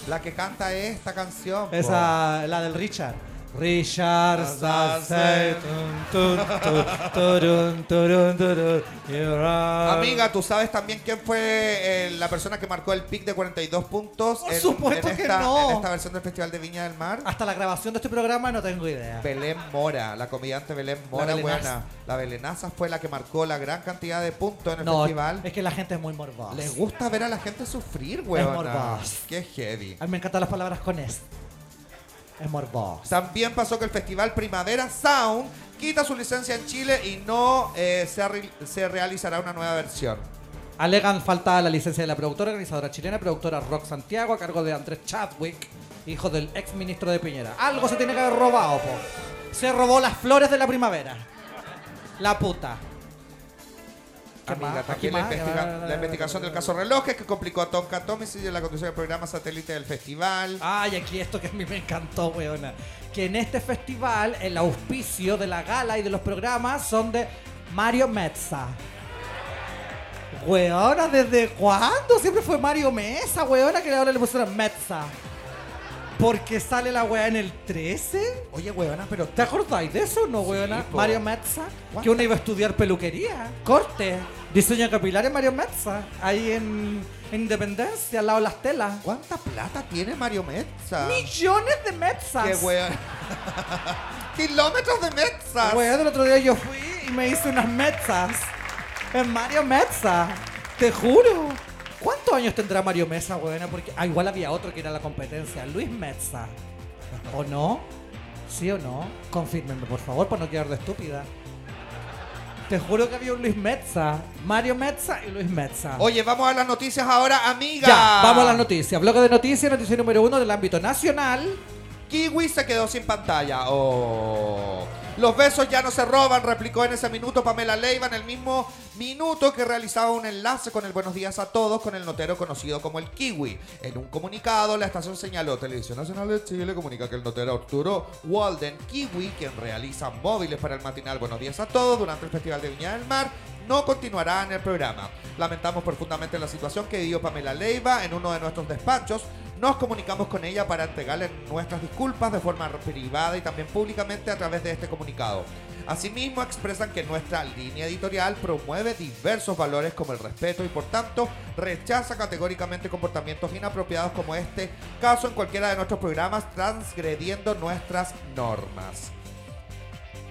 La que canta esta canción. po. Esa, la del Richard. Richard Sassay, tun, tun, tun, turun, turun, turun, you are- Amiga, ¿tú sabes también quién fue eh, la persona que marcó el pic de 42 puntos? Por supuesto que esta, no. en esta versión del Festival de Viña del Mar. Hasta la grabación de este programa no tengo idea. Belén Mora, la comediante Belén Mora, Belenaza. buena. La Belenaza fue la que marcó la gran cantidad de puntos en el No, festival. es que la gente es muy morbosa. Les gusta ver a la gente sufrir, weón. morboso. Qué heavy. A mí me encantan las palabras con es. Es morbosa. También pasó que el festival Primavera Sound quita su licencia en Chile y no eh, se, arri- se realizará una nueva versión. Alegan falta la licencia de la productora organizadora chilena, productora Rock Santiago, a cargo de Andrés Chadwick, hijo del ex ministro de Piñera. Algo se tiene que haber robado, po. Se robó las flores de la primavera. La puta. ¿Qué Amiga, más? también la, ¿Aquí más? investiga- la investigación del caso Relojes que complicó a Tom Katomis y la conducción del programa satélite del festival. Ay, aquí esto que a mí me encantó, weona. Que en este festival el auspicio de la gala y de los programas son de Mario Mezza. Weona, ¿desde cuándo? Siempre fue Mario Mesa, weona, que ahora le pusieron Mezza. Porque sale la weá en el 13. Oye, weona, pero ¿Te acordáis de eso, no, weona? po. Mario Mezza, What que uno iba a estudiar peluquería, corte, diseño capilar en Mario Mezza, ahí en, en Independencia, al lado de las telas. ¿cuánta plata tiene Mario Metza? Millones de Mezzas. ¡Qué weón! ¡Kilómetros de Metza! Weón, el otro día yo fui y me hice unas mezzas. En Mario Mezza. Te juro. ¿Cuántos años tendrá Mario Mesa, weón? Porque ah, igual había otro que era la competencia. Luis Mezza. ¿O no? ¿Sí o no? Confírmenme, por favor, para no quedar de estúpida. Te juro que había un Luis Mezza. Mario Mezza y Luis Mezza. Oye, vamos a las noticias ahora, amiga. ya, vamos a las noticias. Bloque de noticias, noticia número uno del ámbito nacional. Kiwi se quedó sin pantalla. Oh. Los besos ya no se roban, replicó en ese minuto Pamela Leiva en el mismo minuto que realizaba un enlace con el Buenos Días a Todos con el notero conocido como el Kiwi. En un comunicado, la estación señaló, Televisión Nacional de Chile comunica que el notero Arturo Walden Kiwi, quien realiza móviles para el matinal Buenos Días a Todos durante el Festival de Viña del Mar, no continuará en el programa. Lamentamos profundamente la situación que vivió Pamela Leiva en uno de nuestros despachos, nos comunicamos con ella para entregarle nuestras disculpas de forma privada y también públicamente a través de este comunicado. Asimismo, expresan que nuestra línea editorial promueve diversos valores como el respeto y por tanto rechaza categóricamente comportamientos inapropiados como este caso en cualquiera de nuestros programas transgrediendo nuestras normas.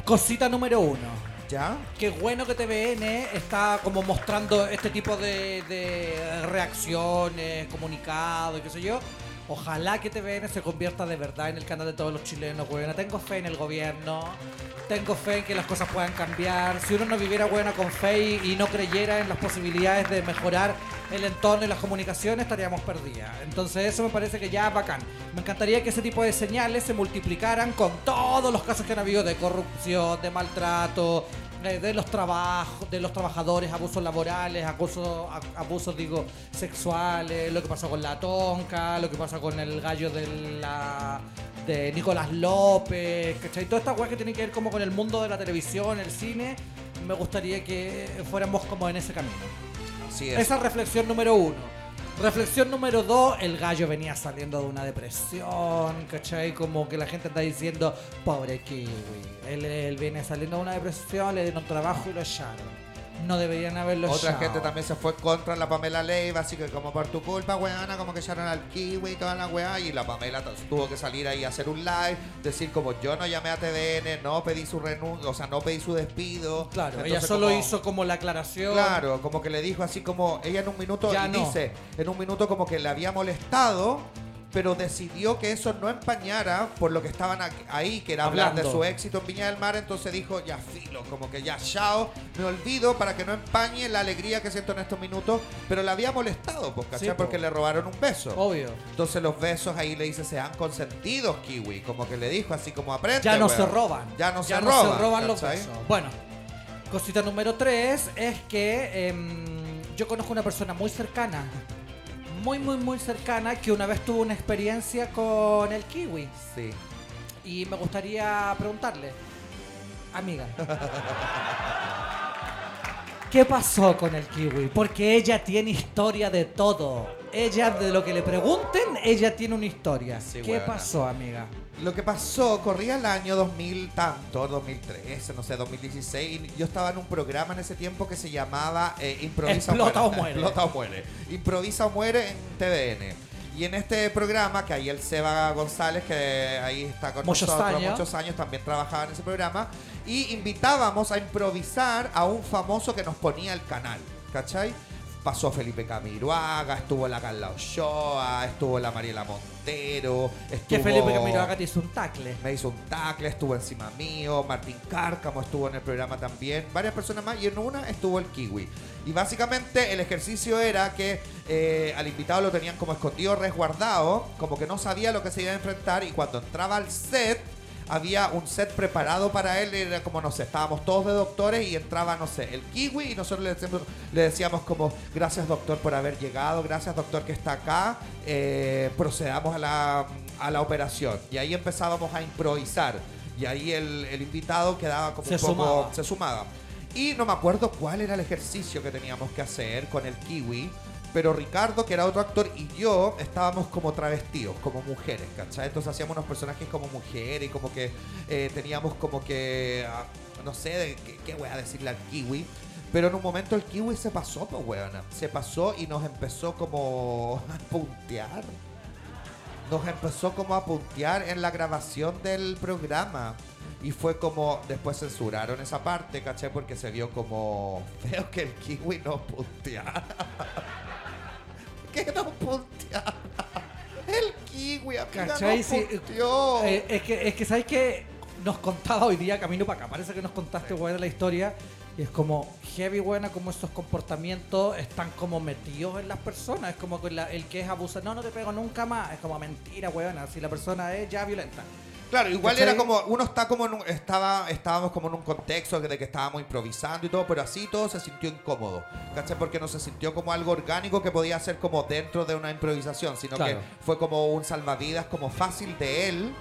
Cosita número uno. ¿Ya? Qué bueno que TVN ¿eh? está como mostrando este tipo de, de reacciones, comunicados y qué sé yo. Ojalá que TVN se convierta de verdad en el canal de todos los chilenos, weona. Tengo fe en el gobierno, tengo fe en que las cosas puedan cambiar. Si uno no viviera buena con fe y, y no creyera en las posibilidades de mejorar el entorno y las comunicaciones, estaríamos perdidas. Entonces eso me parece que ya es bacán. Me encantaría que ese tipo de señales se multiplicaran con todos los casos que han habido de corrupción, de maltrato, eh, de los trabajos, de los trabajadores, abusos laborales, abusos, a- abusos digo, sexuales, lo que pasó con la tonca, lo que pasó con el gallo de la de Nicolás López, ¿cachai? Todas estas weas que tienen que ver como con el mundo de la televisión, el cine, me gustaría que fuéramos como en ese camino. Así Esa es reflexión número uno. Reflexión número dos, el gallo venía saliendo de una depresión, ¿cachai? Como que la gente está diciendo, pobre Kiwi, él, él viene saliendo de una depresión, le dieron trabajo y lo echaron. no deberían haberlo Otra echado. gente también se fue contra la Pamela Leiva, así que como por tu culpa, weona, como que echaron al kiwi y toda la weá. Y la Pamela t- tuvo que salir ahí a hacer un live, decir como yo no llamé a TVN, no pedí su renuncia, o sea, no pedí su despido. Claro, ella Entonces, solo como- hizo como la aclaración. Claro, como que le dijo así como, ella en un minuto, Ya y no. dice, en un minuto como que le había molestado, pero decidió que eso no empañara por lo que estaban a- ahí, que era hablar de Hablando. su éxito en Viña del Mar, entonces dijo, ya filo, como que ya chao, me olvido para que no empañe la alegría que siento en estos minutos, pero la había molestado, pues, ¿cachai? Sí, po. Oh. Porque le robaron un beso. Obvio. Entonces los besos ahí le dice, se han consentido, Kiwi, como que le dijo así como aprende. Ya no weón". se roban. Ya no se roban. los ¿cachai? besos. Bueno, cosita número tres es que em, yo conozco una persona muy cercana, muy, muy, muy cercana, que una vez tuvo una experiencia con el kiwi. Sí. Y me gustaría preguntarle, amiga, ¿qué pasó con el kiwi? Porque ella tiene historia de todo. Ella, de lo que le pregunten, ella tiene una historia. Sí, ¿Qué huevona. pasó, amiga? Lo que pasó, corría el año 2000 tanto, 2013, no sé, 2016. y Yo estaba en un programa en ese tiempo que se llamaba eh, Improvisa Explota o o muere. muere. Explota o muere. Improvisa o muere en TVN. Y en este programa, que ahí el Seba González, que ahí está con Muchos nosotros años. muchos años, también trabajaba en ese programa, y invitábamos a improvisar a un famoso que nos ponía el canal, ¿cachai? Pasó Felipe Camiroaga, estuvo la Carla Ochoa, estuvo la Mariela Montero, estuvo... Que Felipe Camiroaga te hizo un tacle. Me hizo un tackle, estuvo encima mío, Martín Cárcamo estuvo en el programa también, varias personas más y en una estuvo el Kiwi. Y básicamente el ejercicio era que eh, al invitado lo tenían como escondido, resguardado, como que no sabía lo que se iba a enfrentar y cuando entraba al set había un set preparado para él, era como, no sé, estábamos todos de doctores y entraba, no sé, el kiwi y nosotros le decíamos, le decíamos como, gracias doctor por haber llegado, gracias doctor que está acá, eh, procedamos a la, a la operación. Y ahí empezábamos a improvisar y ahí el, el invitado quedaba como Se un poco, sumaba. se sumaba. Y no me acuerdo cuál era el ejercicio que teníamos que hacer con el kiwi. Pero Ricardo, que era otro actor, y yo estábamos como travestidos, como mujeres, ¿cachai? Entonces hacíamos unos personajes como mujeres y como que eh, teníamos como que, ah, no sé, de, qué, qué voy a decirle al kiwi. Pero en un momento el kiwi se pasó, pues, weona. Se pasó y nos empezó como a puntear nos empezó como a puntear en la grabación del programa. Y fue como, después censuraron esa parte, caché, porque se vio como feo que el kiwi no punteara. que no punteara. El kiwi, amiga, ¿Cachai? no Sí, punteó. Eh, es que, es que ¿sabes que Nos contaba hoy día, camino para acá, parece que nos contaste, weón, la historia. Y es como heavy, buena, como esos comportamientos están como metidos en las personas. Es como que la- el que es abusa, no, no te pego nunca más. Es como mentira, weona, si la persona es ya violenta. Claro, igual ¿Cachai? era como, uno está como en un- estaba, estábamos como en un contexto de que estábamos improvisando y todo, pero así todo se sintió incómodo, ¿cachai? Porque no se sintió como algo orgánico que podía ser como dentro de una improvisación, sino Claro. que fue como un salvavidas como fácil de él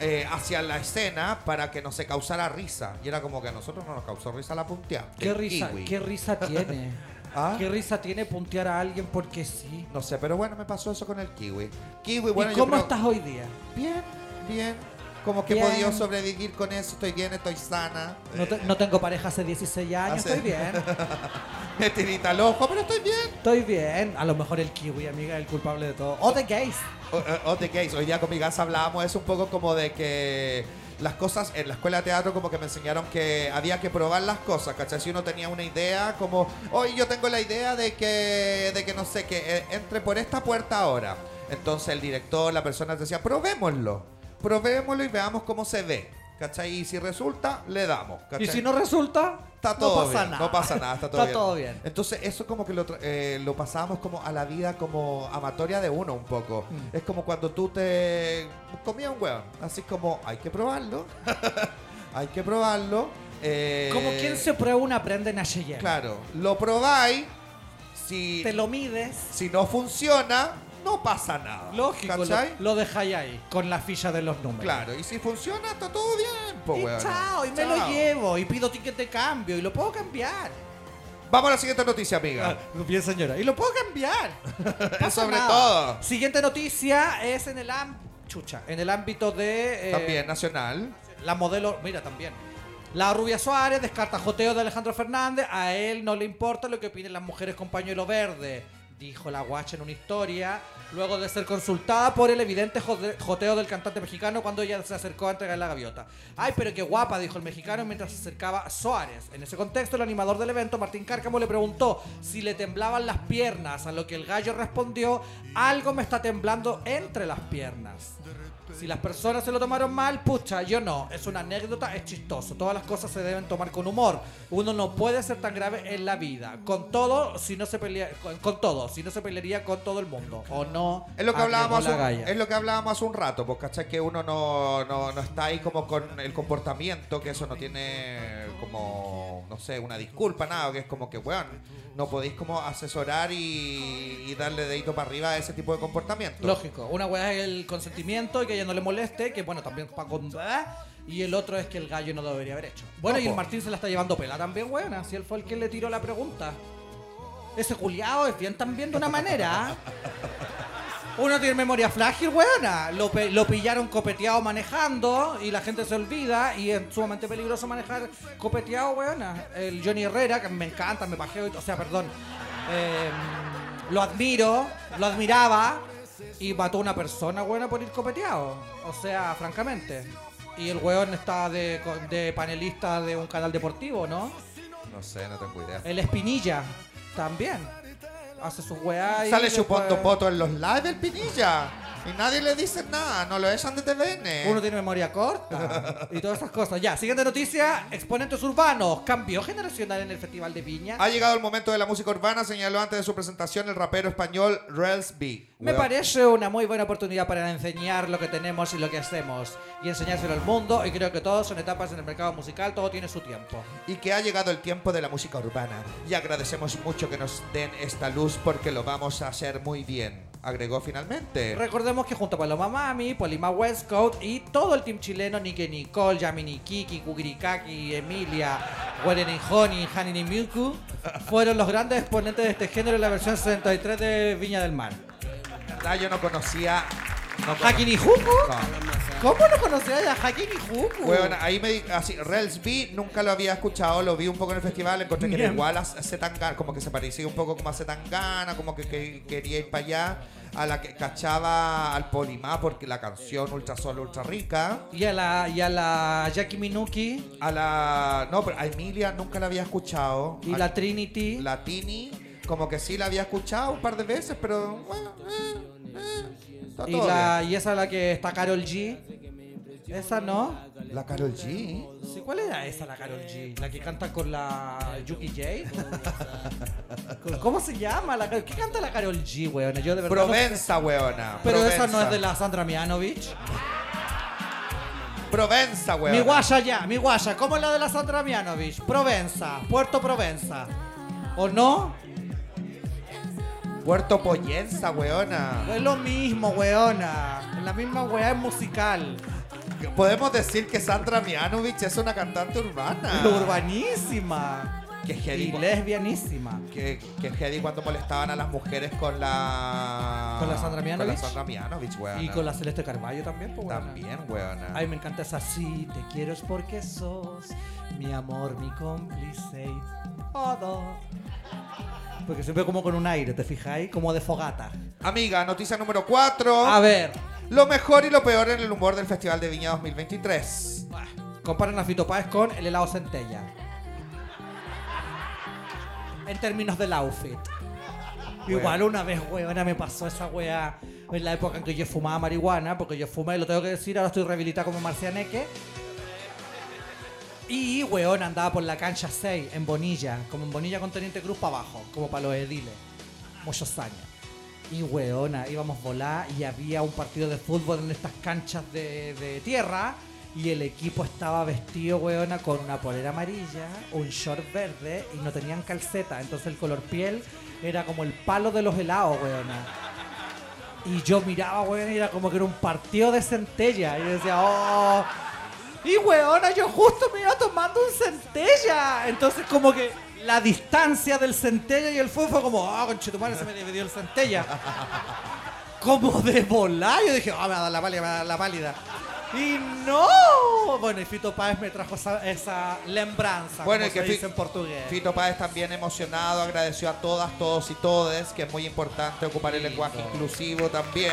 eh, hacia la escena para que no se causara risa. Y era como que a nosotros no nos causó risa la punteada. ¿Qué del risa, kiwi. qué risa tiene? ¿Ah? ¿Qué risa tiene puntear a alguien porque sí? No sé, pero bueno, me pasó eso con el kiwi. Kiwi, bueno, ¿Y yo cómo creo- estás hoy día? Bien, bien. Como que he Bien. podido sobrevivir con eso, estoy bien, estoy sana. No, te- no tengo pareja hace 16 años, Hace- estoy bien. Me tirita al ojo, pero estoy bien. Estoy bien. A lo mejor el kiwi, amiga, es el culpable de todo. O de gays. O, o- o de gays. Hoy día con mi casa hablábamos eso un poco como de que las cosas en la escuela de teatro como que me enseñaron que había que probar las cosas, ¿cachai? Si uno tenía una idea, como, hoy yo tengo la idea de que, de que no sé, que eh, entre por esta puerta ahora. Entonces el director, la persona decía, probémoslo, probémoslo y veamos cómo se ve, ¿cachai? Y si resulta, le damos, ¿cachai? Y si no resulta, Está todo no pasa bien, nada. No pasa nada, está todo bien. bien. Entonces, eso como que lo, tra- eh, lo pasábamos como a la vida como amatoria de uno un poco. Mm. Es como cuando tú te comías un hueón. Así como, hay que probarlo. hay que probarlo. eh, Como quien se prueba una prenda en H&M. Claro. Lo probáis. Si, Te lo mides. si no funciona, no pasa nada. Lógico, lo, ¿Cachai? lo dejáis ahí, con la ficha de los números. Claro. Y si funciona, está todo bien, po, y hueona. chao, y me lo Chao. llevo, y pido ticket de cambio, y lo puedo cambiar. Vamos a la siguiente noticia, amiga. bien, señora. Y lo puedo cambiar. Pasa Ah, Sobre nada. todo. Siguiente noticia es en el, am- chucha, en el ámbito de... eh, También, nacional. La modelo, mira, también. La rubia Suárez descarta joteo de Alejandro Fernández. A él no le importa lo que opinen las mujeres con pañuelo verde, dijo la guacha en una historia, luego de ser consultada por el evidente jode- joteo del cantante mexicano cuando ella se acercó a entregar la gaviota. Ay, pero qué guapa, dijo el mexicano mientras se acercaba a Suárez. En ese contexto, el animador del evento, Martín Cárcamo, le preguntó si le temblaban las piernas, a lo que el gallo respondió, algo me está temblando entre las piernas. Si las personas se lo tomaron mal, pucha, yo no. Es una anécdota, es chistoso. Todas las cosas se deben tomar con humor. Uno no puede ser tan grave en la vida. Con todo, si no se pelea, con, con todo, si no se pelearía con todo el mundo. O no. Es lo que agregó hablábamos Ah, la hace un, galla. es lo que hablábamos hace un rato, pues cachai que uno no, no, no está ahí como con el comportamiento, que eso no tiene como, no sé, una disculpa, nada, que es como que, weón, no podéis como asesorar y, y darle dedito para arriba a ese tipo de comportamiento. Lógico. Una weá es el consentimiento y que a ella no le moleste, que bueno, también pa' con... ah, Y el otro es que el gallo no lo debería haber hecho. Bueno, No, y el po. Martín se la está llevando pela también, weón. Así él fue el que le tiró la pregunta. Ese culiao es bien también de una manera. ¿eh? Uno tiene memoria frágil, weona. Lo, pe- lo pillaron copeteado manejando y la gente se olvida y es sumamente peligroso manejar copeteado, weona. El Johnny Herrera, que me encanta, me pajeo, y to- o sea, perdón. eh, lo admiro, lo admiraba y mató a una persona, weona, por ir copeteado. O sea, francamente. Y el weón está de, co- de panelista de un canal deportivo, ¿no? No sé, no tengo idea. El Espinilla también. Hace sus weá y Sale después- chupando poto en los lives del Pinilla y nadie le dice nada, no lo echan de TVN. Uno tiene memoria corta y todas esas cosas. Ya, siguiente noticia. Exponentes urbanos. Cambio generacional en el Festival de Viña. Ha llegado el momento de la música urbana, señaló antes de su presentación el rapero español Rels B. Me Weón. parece una muy buena oportunidad para enseñar lo que tenemos y lo que hacemos. Y enseñárselo al mundo. Y creo que todos son etapas en el mercado musical. Todo tiene su tiempo. y que ha llegado el tiempo de la música urbana. Y agradecemos mucho que nos den esta luz porque lo vamos a hacer muy bien. Agregó finalmente. Recordemos que junto a Paloma Mami, Polima Westcoat y todo el team chileno, Nike Nicole, Yamini Kiki, Kugrikaki, Emilia, Warren Honey, Hanini Miuku, fueron los grandes exponentes de este género en la versión 63 de Viña del Mar. Ah, yo no conocía. No ¿Hakini Juku? No. ¿Cómo no conocías a Hakini Juku? Weón, ahí me di- así, Rels B nunca lo había escuchado, lo vi un poco en el festival, encontré que era Bien. igual a Zetangana, como que se parecía un poco como a Zetangana, como que, que- quería ir para allá, a la que cachaba al Polimá porque la canción Ultra Sol, Ultra Rica. Y a la, y a la Jackie Minuki A la. No, pero a Emilia nunca la había escuchado. y A- la Trinity. Latini, como que sí la había escuchado un par de veces, pero bueno, eh, eh, está y, todo la, y esa la que está Carol G. Esa no. bien. La Carol G. Sí, ¿Cuál era esa la Carol G? La que canta con la Yuki J. ¿Cómo se llama? La, Karol- ¿Qué canta la Carol G, weón? Yo de verdad. no- Provenza, weona. pero Provenza. esa no es de la Sandra Mianovich. Provenza, weona. Mi guaya ya, mi guaya. ¿Cómo es la de la Sandra Mianovich? Provenza, Puerto Provenza. ¿O no? Puerto Poyenza, weona. Es lo mismo, weona. La misma weá es musical. Podemos decir que Sandra Mianovich es una cantante urbana. Urbanísima. Que heavy, Y cu- lesbianísima. que, que heavy cuando molestaban a las mujeres con la. ¿Con la Sandra Con la Mianovich? Sandra Mianovich, weona. Y con la Celeste Carballo también, pues, weona. También, weona. Ay, me encanta esa. Sí, te quiero es porque sos mi amor, mi cómplice y todo. Porque siempre como con un aire, ¿te fijáis? Como de fogata. Amiga, noticia número 4. A ver. Lo mejor y lo peor en el humor del Festival de Viña 2023. Comparan a Fito Páez con el helado centella. En términos del outfit. Igual una vez, weona, me pasó esa wea en la época en que yo fumaba marihuana, porque yo fumé, lo tengo que decir, ahora estoy rehabilitado como marcianeque. Y, weón, andaba por la cancha 6, en Bonilla, como en Bonilla con Teniente Cruz para abajo, como para los ediles. Muchos años. Y, weona, íbamos a volar y había un partido de fútbol en estas canchas de, de tierra. Y el equipo estaba vestido, weona, con una polera amarilla, un short verde y no tenían calceta. Entonces el color piel era como el palo de los helados, weona. Y yo miraba, weón, y era como que era un partido de centella. Y yo decía, oh. Y weona, yo justo me iba tomando un centella. Entonces, como que la distancia del centella y el fuego fue como, ah, conchetumare, se me dividió el centella. como de volar. Yo dije, ah, me va a dar la pálida, me va a dar la pálida. Y no. Bueno, y Fito Páez me trajo esa, esa lembranza. Bueno, y como que se dice Fi- en portugués. Fito Páez también emocionado, agradeció a todas, todos y todes, que es muy importante ocupar el lenguaje inclusivo también.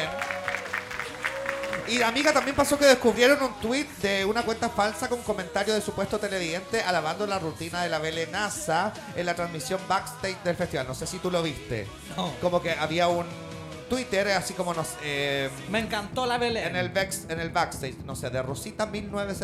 Y amiga, también pasó que descubrieron un tuit de una cuenta falsa con comentario de supuesto televidente alabando la rutina de la Belenaza en la transmisión backstage del festival. No sé si tú lo viste. No. Como que había un Twitter así como nos... eh, Me encantó la Belén. en el, back- en el backstage, no sé, de Rosita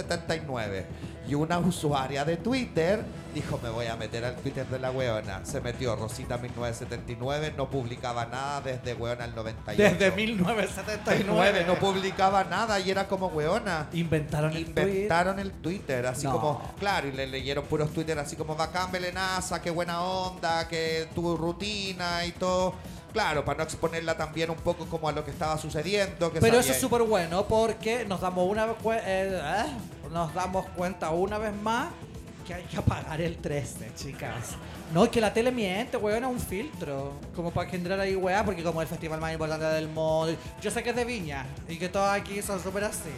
1979. Y una usuaria de Twitter dijo, me voy a meter al Twitter de la weona. Se metió Rosita 1979, no publicaba nada desde weona el 98. Desde 1979 1979. no publicaba nada y era como weona. Inventaron el tweet. Inventaron el Twitter, así No. como, claro, y le leyeron puros Twitter así como bacán Belenaza, qué buena onda, que tu rutina y todo. Claro, para no exponerla también un poco como a lo que estaba sucediendo. Que Pero sabía eso es ella. súper bueno porque nos damos una vez cue- eh, ah, nos damos cuenta una vez más que hay que apagar el 13, chicas. No, que la tele miente, weón, es un filtro. Como para generar ahí, weá, porque como es el festival más importante del mundo. Yo sé que es de Viña y que todos aquí son súper así.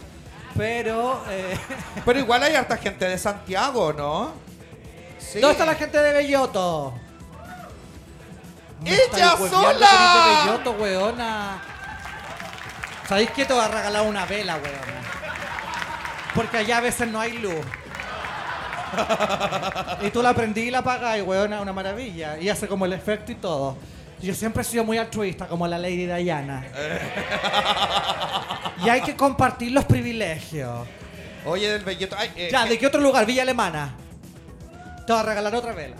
Pero, eh, Pero igual hay harta gente de Santiago, ¿no? Sí. ¿dónde está la gente de Belloto? ¡Ella estáis hueveando con el sola! de Belloto, weona. ¿Sabéis que te va a regalar una vela, weona? Porque allá a veces no hay luz. Y tú la prendí y la apagás, y weona, una maravilla. Y hace como el efecto y todo. Yo siempre he sido muy altruista, como la Lady Diana. Y hay que compartir los privilegios. Oye, del Belleto. Ay, eh, Ya, que- ¿de qué otro lugar? Villa Alemana. Te va a regalar otra vela.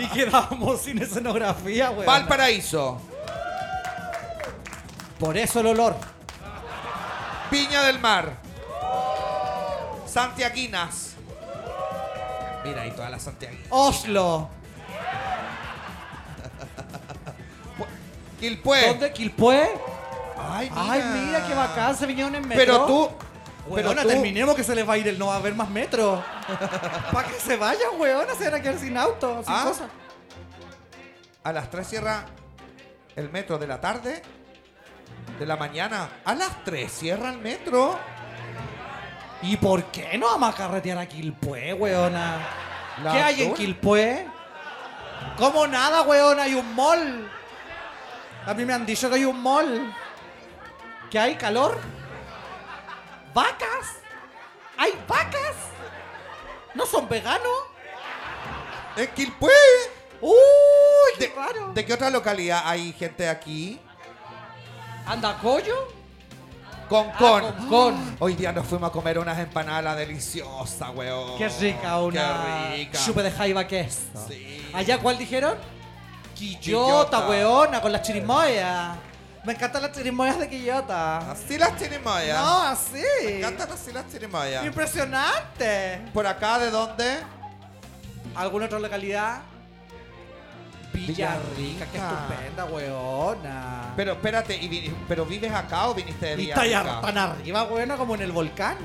y quedamos sin escenografía, weón. Valparaíso. Por eso el olor. Piña del Mar. Santiaguinas. Mira, ahí todas las Santiaguinas. Oslo. Quilpué. ¿Dónde? ¿Quilpué? Ay, mira. Ay, mira qué bacán, se vinieron en metro. Pero tú. Weona, pero tú- terminemos que se les va a ir el no va a haber más metro. Para que se vayan, weona, se van a quedar sin auto, sin Ah. cosas. A las 3 cierra el metro de la tarde. De la mañana. A las 3 cierra el metro. ¿Y por qué no vamos a carretear a Quilpué, weona? La ¿Qué hay en zona. Quilpué? ¿Cómo nada, weona? Hay un mall. A mí me han dicho que hay un mall. ¿Qué hay? ¿Calor? ¿Vacas? ¿Hay vacas? ¿No son veganos? ¡En Quilpué! ¡Uy, qué De- raro! ¿De qué otra localidad hay gente aquí? ¿Andacollo? Concón. Ah, Concón. Hoy día nos fuimos a comer unas empanadas deliciosas, weón. Qué rica una. Oh, Qué rica. Chupe de jaiba que es. Sí. ¿Allá cuál dijeron? Quillota, Quillota. weona, con las chirimoyas. Me encantan las chirimoyas de Quillota. Así las chirimoyas. No, eh. así. Me encantan así las chirimoyas. Impresionante. ¿Por acá de dónde? ¿Alguna otra localidad? Villarrica, qué Villarrica. estupenda, weona. Pero espérate, y vi- ¿pero vives acá o viniste de y Villa está ya tan arriba, weona, como en el volcán.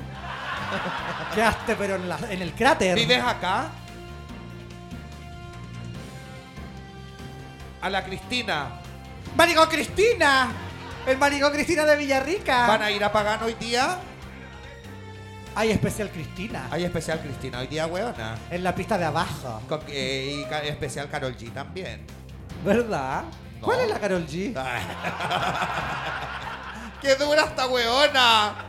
Quedaste, pero en, la- en el cráter. ¿Vives acá? A la Cristina. ¡Maricón Cristina! El Maricón Cristina de Villarrica. ¿Van a ir a pagar hoy día? Hay especial Cristina. Hay especial Cristina hoy día, weona. En la pista de abajo. Con- eh, y ca- especial Carol G también. ¿Verdad? No. ¿Cuál es la Carol G? ¡Qué dura esta weona!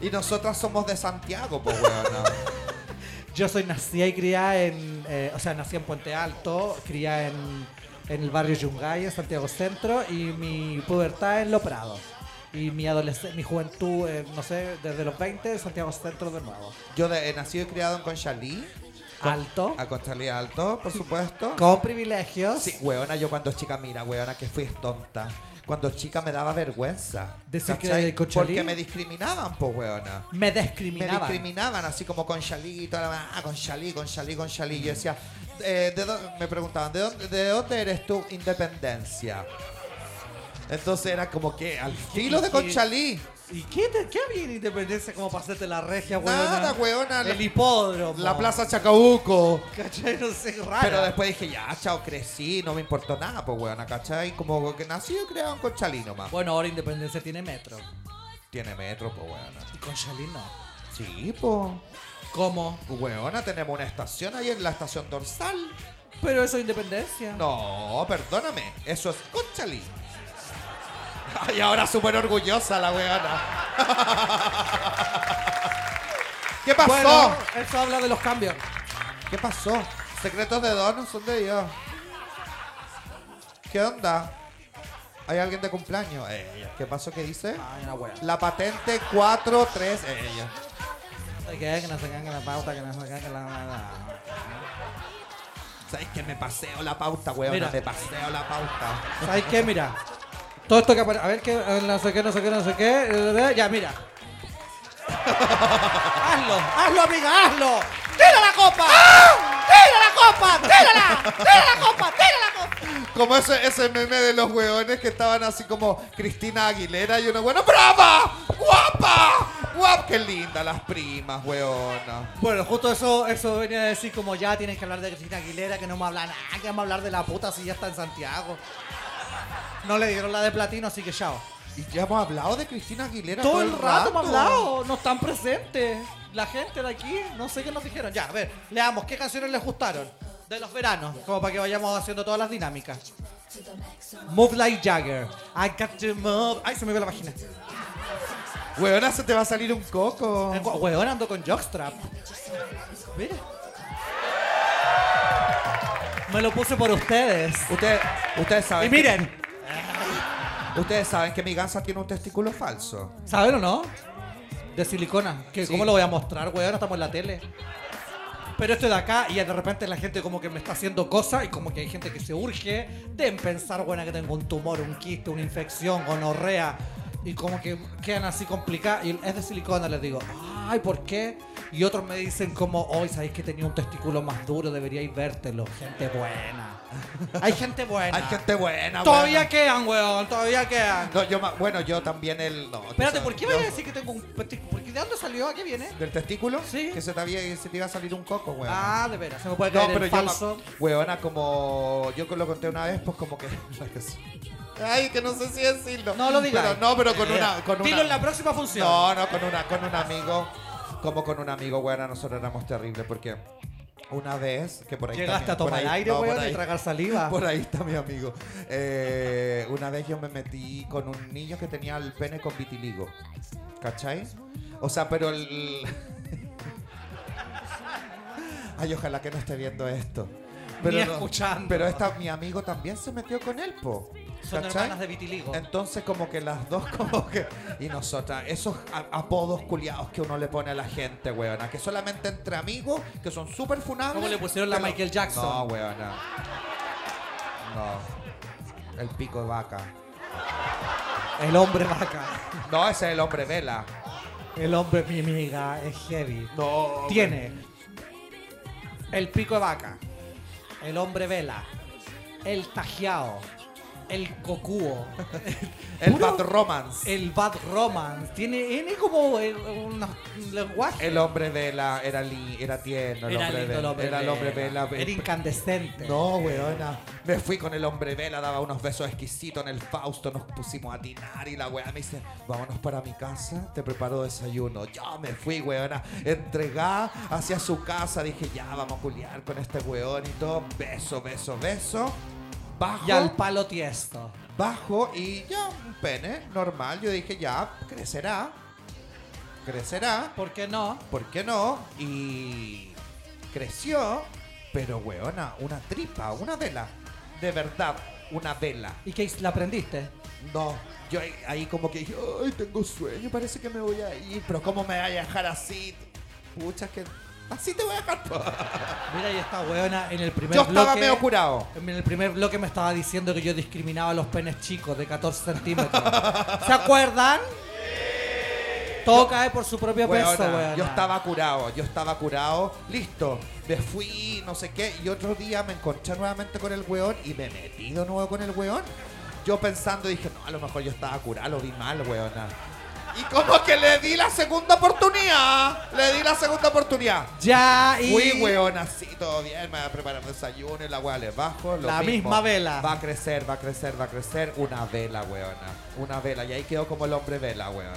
Y nosotras somos de Santiago, pues weona. Yo soy nacida y criada en. eh, o sea, nací en Puente Alto, criada en, en el barrio Yungay, en Santiago Centro, y mi pubertad en Lo Prado. Y mi adolescencia, mi juventud, eh, no sé, desde los 20, en Santiago Centro de nuevo. Yo de- he nacido y criado en Conchalí, Alto, a Conchalí Alto, por supuesto. con privilegios. ah. Sí, weona, yo cuando chica, mira, weona, que fui tonta. Cuando chica me daba vergüenza. ¿Decir que ¿cachai? de Conchalí? Porque me discriminaban, pues weona. Me Me discriminaban. discriminaban así como Conchalí, toda la ah, Conchalí, Conchalí, Conchalí. Yo decía, eh, ¿de dó- me preguntaban, ¿de dónde, ¿de dónde eres tú? Independencia. Entonces era como que al filo de Conchalí. ¿Y qué, te- qué había en Independencia como pasaste la regia, weona? Nada, weona. El La, hipódromo. la Plaza Chacabuco. ¿Cachai? No sé, raro. Pero después dije, ya, chao, crecí, no me importó nada, pues, weona, ¿cachai? Como que nací y creado en Conchalí nomás. Bueno, ahora Independencia tiene metro. Tiene metro, pues weona. Y con Shalin no. Sí, pues. ¿Cómo? Weona, tenemos una estación ahí en la estación dorsal. Pero eso es independencia. No, perdóname. Eso es Conchalí. Ay, ahora súper orgullosa la weona. ¿Qué pasó? Bueno, eso habla de los cambios. ¿Qué pasó? Secretos de dos no son de Dios. ¿Qué onda? ¿Hay alguien de cumpleaños? Ella. ¿Qué pasó que dice? Ay, una wea. La patente 43. Ella. Ay, Que que no se cagan la pauta, que no se cagan la- la- la- ¿Sabes que me paseo la pauta, weón? Mira. Me paseo la pauta. ¿Sabes qué? Mira. Todo esto que aparece. A ver qué. eh, No sé qué, no sé qué, no sé qué. eh, Ya, mira. hazlo, hazlo, amiga, hazlo. ¡Tira la copa! ¡Tira la copa! ¡Tírala! ¡Tira la copa! ¡Tira la copa! Como ese, ese meme de los weones que estaban así como Cristina Aguilera y una buena brava, guapa, guap, qué linda las primas, weona. Bueno, justo eso, eso venía a decir como ya tienes que hablar de Cristina Aguilera, que no me habla nada, que vamos a hablar de la puta si ya está en Santiago. No le dieron la de platino, así que chao. Y ya hemos hablado de Cristina Aguilera Todo el rato hemos hablado, no están presentes. La gente de aquí, no sé qué nos dijeron. Ya, a ver, leamos, ¿qué canciones les gustaron? De los veranos, como para que vayamos haciendo todas las dinámicas. Move like Jagger. I got to move. Ay, se me ve la página. Weona, se te va a salir un coco. Weón, ando con Jockstrap. Mira. Me lo puse por ustedes. Ustedes, ustedes saben. Y miren, que- ustedes saben que mi gansa tiene un testículo falso. ¿saben o no? De silicona. Que Sí. ¿Cómo lo voy a mostrar, weón? Estamos en la tele. Pero esto de acá, y de repente la gente como que me está haciendo cosas, y como que hay gente que se urge de pensar, buena que tengo un tumor, un quiste, una infección, gonorrea, y como que quedan así complicadas. Y es de silicona, les digo, ay, ¿por qué? Y otros me dicen como, hoy sabéis que tenía un testículo más duro, deberíais vértelo. Gente buena. hay gente buena. Hay gente buena, Todavía weona. quedan, weón, todavía quedan. No, yo, ma- bueno, yo también el. No, Espérate, ¿por qué yo- me vas a decir que tengo un petit- ¿Por qué de dónde salió? ¿A qué viene? ¿Del testículo? Sí. Que se te, había, se te iba a salir un coco, weón. Ah, de veras, se me puede No, caer pero el yo, falso. huevona, como yo lo conté una vez, pues como que... Ay, que no Eh, sé si decirlo. No lo digas. Pero, no, pero con una... Con Dilo una- en la próxima función. No, no, con, una, con un amigo. Como con un amigo, huevona, nosotros éramos terribles porque una vez, que por ahí... Llegaste también- a por tomar ahí- aire, no, por weón, y ahí- tragar saliva. por ahí está mi amigo. Eh, una vez yo me metí con un niño que tenía el pene con vitiligo. ¿Cachai? O sea, pero el. Ay, ojalá que no esté viendo esto. Pero Ni no- escuchando. Pero esta, mi amigo también se metió con él, po. Son ¿Cachai? hermanas de vitiligo. Entonces como que las dos como que... Y nosotras, esos a- apodos culiados que uno le pone a la gente, weona, que solamente entre amigos, que son súper funables... ¿Cómo le pusieron la te lo- Michael Jackson? No, weona. No. El pico de vaca. El hombre vaca. No, ese es el hombre vela. El hombre, mi amiga, es heavy. No. Tiene el pico de vaca, el hombre vela, el tajeado, el cocúo, El Puro- Bad Romance. el bad romance. Tiene, tiene como eh, un lenguaje. El hombre vela era, li- era tierno. El Era hombre lindo vela. el hombre era el hombre vela. Era incandescente. No, weona. Me fui con el hombre vela, daba unos besos exquisitos en el Fausto, nos pusimos a tirar y la weona me dice, vámonos para mi casa, te preparo desayuno. Yo me fui, weona, entregá hacia su casa, dije, ya, vamos a culiar con este weón y todo. Beso, beso, beso. Bajo, Y al palo tiesto. bajo y ya, un pene normal. Yo dije, ya, crecerá, crecerá. ¿Por qué no? ¿por qué no? Y creció, pero weona, una tripa, una vela. De verdad, una vela. ¿Y qué la aprendiste? No, yo ahí- ahí como que dije, ay, tengo sueño, parece que me voy a ir, pero ¿cómo me voy a dejar así? Pucha, que así te voy a dejar. po". Mira, y esta weona en el primer Yo bloque. estaba medio curado. En el primer bloque me estaba diciendo que yo discriminaba a los penes chicos de 14 centímetros. ¿Se acuerdan? Todo cae por su propio peso, Weona, weona. Yo estaba curado, yo estaba curado, listo. Me fui, no sé qué, y otro día me encontré nuevamente con el weón y me metí de nuevo con el weón. Yo pensando dije, no, a lo mejor yo estaba curado, lo vi mal, weona. Y como que le di la segunda oportunidad, le di la segunda oportunidad. Ya y. Fui, weona, sí, todo bien, me voy a preparar desayuno y la weá les bajo. lo La mismo. misma vela. Va a crecer, va a crecer, va a crecer. Una vela, weona. Una vela. Y ahí quedó como el hombre vela, weona.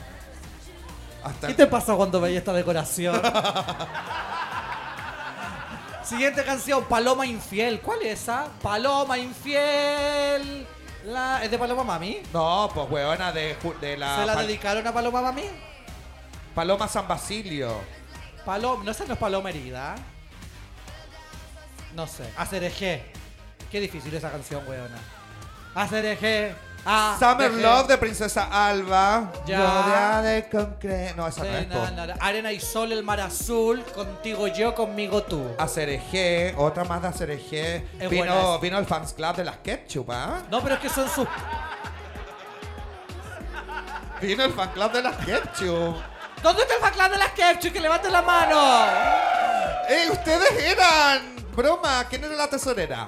Hasta ¿Qué te pasó cuando veía esta decoración? Siguiente canción, Paloma Infiel. ¿Cuál es esa? Paloma Infiel. La- ¿Es de Paloma Mami? No, pues weona de, ju- de la, ¿Se la Ah, Pal- dedicaron a Paloma Mami? Paloma San Basilio. Paloma, no esa no es Paloma Herida. No sé, Acereje. Qué difícil esa canción, weona. E Acereje. ah, Summer deje. Love de Princesa Alba. Ya. Rodeada de concreto. No, esa no es. Sí, na, po. na, na. Arena y sol, el mar azul, contigo yo, conmigo tú. Ah. Acerejé, otra más de Acerejé. Es buena Vino, esa. vino el fans club de las Ketchup, ¿ah? No, pero es que son sus Vino el fan club de las Ketchup. ¿Dónde está el baclán de las Kepchu? Que levanten la mano. ¡Ey, ¡Eh, ustedes eran! Broma, ¿quién era la tesorera?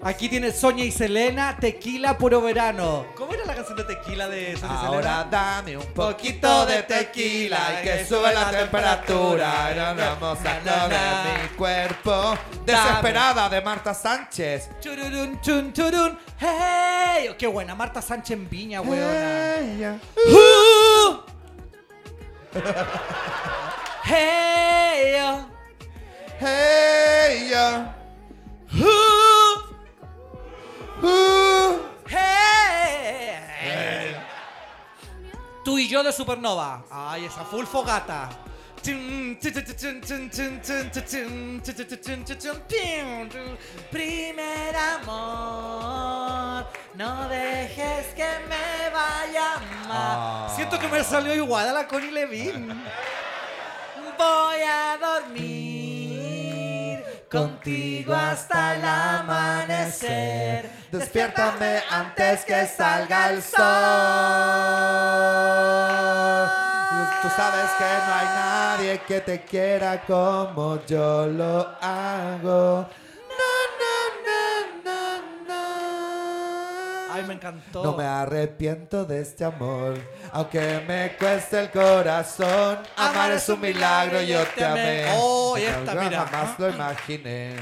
Aquí tiene Sonia y Selena, Tequila Puro Verano. ¿Cómo era la canción de Tequila de Sonia y Ahora Selena? dame un poquito de tequila y que sube la temperatura. Era una hermosa flor de mi cuerpo. Desesperada de Marta Sánchez. Chururun, chun, churun, hey. Qué buena, Marta Sánchez en Viña, weona. Ella. Uh. hey. oh. Ella. Uh. Uh. Hey. Tú y yo de Supernova. Ay, esa full fogata. Primer amor, no dejes que me vaya más. Ah. Siento que me salió igual a la Connie Levin. Voy a dormir contigo hasta el amanecer. Despiértame antes que salga el sol. Tú sabes que no hay nadie que te quiera como yo lo hago. No, no, no, no, no. Ay, me encantó. No me arrepiento de este amor, aunque me cueste el corazón. Amar es un milagro, yo te amé. Oh, y Yo esta, mira. Jamás lo imaginé.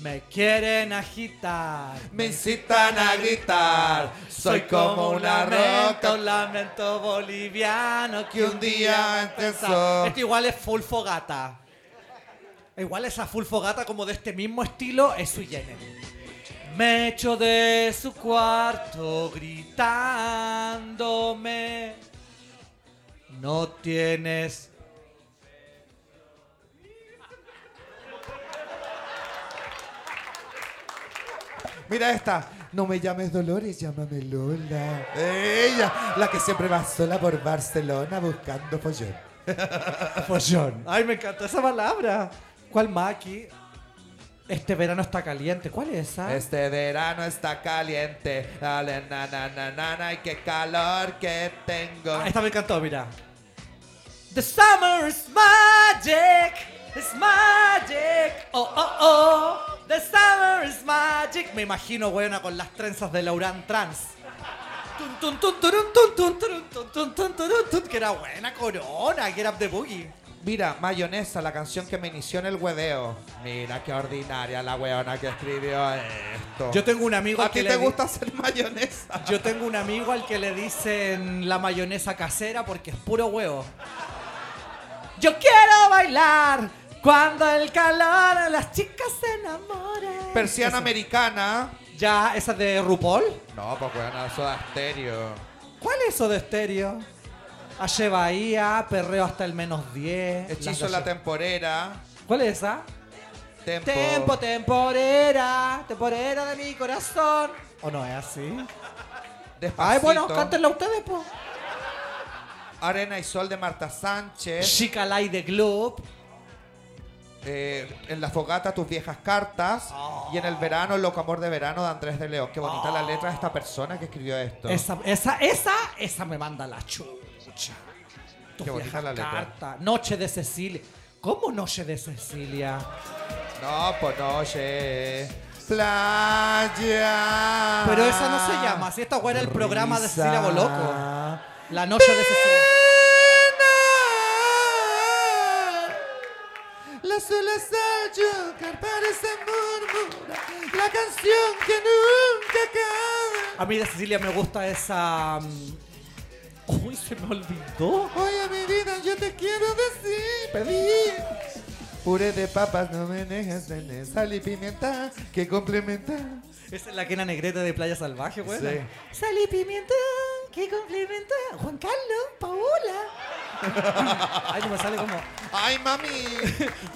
Me quieren agitar. Me incitan a gritar, soy como una lamento, roca. un lamento boliviano que Que un un día día empezó. empezó. Esto igual es full fogata. Igual esa full fogata como de este mismo estilo es su generis. Me echo de su cuarto gritándome. No tienes Mira esta. No me llames Dolores, llámame Lola. Ella, la que siempre va sola por Barcelona buscando follón. Follón. Ay, me encantó esa palabra. ¿Cuál más aquí? Este verano está caliente. ¿Cuál es esa? Este verano está caliente. Dale, na, na, na, na, na, y qué calor que tengo. Ah, esta me encantó, mira. The summer is magic. It's magic. Oh, oh, oh. The summer is magic. Me imagino, buena con las trenzas de Laurent Trans. Tun, tun, tun, turun, tun, tun, turun, tun, tun, tun, turun, tun. Que era buena corona. Get up the boogie. Mira, Mayonesa, la canción que me inició en el hueveo. Mira qué ordinaria la weona que escribió esto. Yo tengo un amigo ¿A que ti le te di- gusta hacer mayonesa? Yo tengo un amigo al que le dicen la mayonesa casera porque es puro huevo. Yo quiero bailar cuando el calor a las chicas se enamora. Persiana americana. Ya, esa de RuPaul. No, pues weona, soda estéreo. ¿Cuál es eso de estéreo? Aye Bahía, perreo hasta el menos 10. Hechizo Las la galletas. temporera. ¿Cuál es esa? Tempo. Tempo, temporera, temporera de mi corazón. ¿O no es así? Despacito. Ay, bueno, cántenla ustedes, pues. Arena y Sol de Marta Sánchez. Chica Light de Globe. Eh, en la fogata tus viejas cartas. Y en el verano, loco amor de verano de Andrés de León. Qué bonita Oh. la letra de esta persona que escribió esto. Esa, esa, esa, esa me manda la chucha. Tus Qué bonita viejas la letra. cartas. Noche de Cecilia. ¿Cómo Noche de Cecilia? No, pues no, oye. Playa. Pero esa no Ah. se llama. Si esta fuera el programa de Cecilia Risa. Boloco. La Noche de Cecilia. Las olas del yucar parecen murmurar la canción que nunca acaba. A mí de Cecilia me gusta esa. mm, Uy, se me olvidó. Oye, mi vida, yo te quiero decir, pedir. Puré de papas, no me dejes tener sal y pimienta que complementa. Esa es la quena negreta de Playa Salvaje, güey. Sí. Sal y pimienta, qué complementa. Juan Carlos, Paola. Ay, me sale como Ay, mami.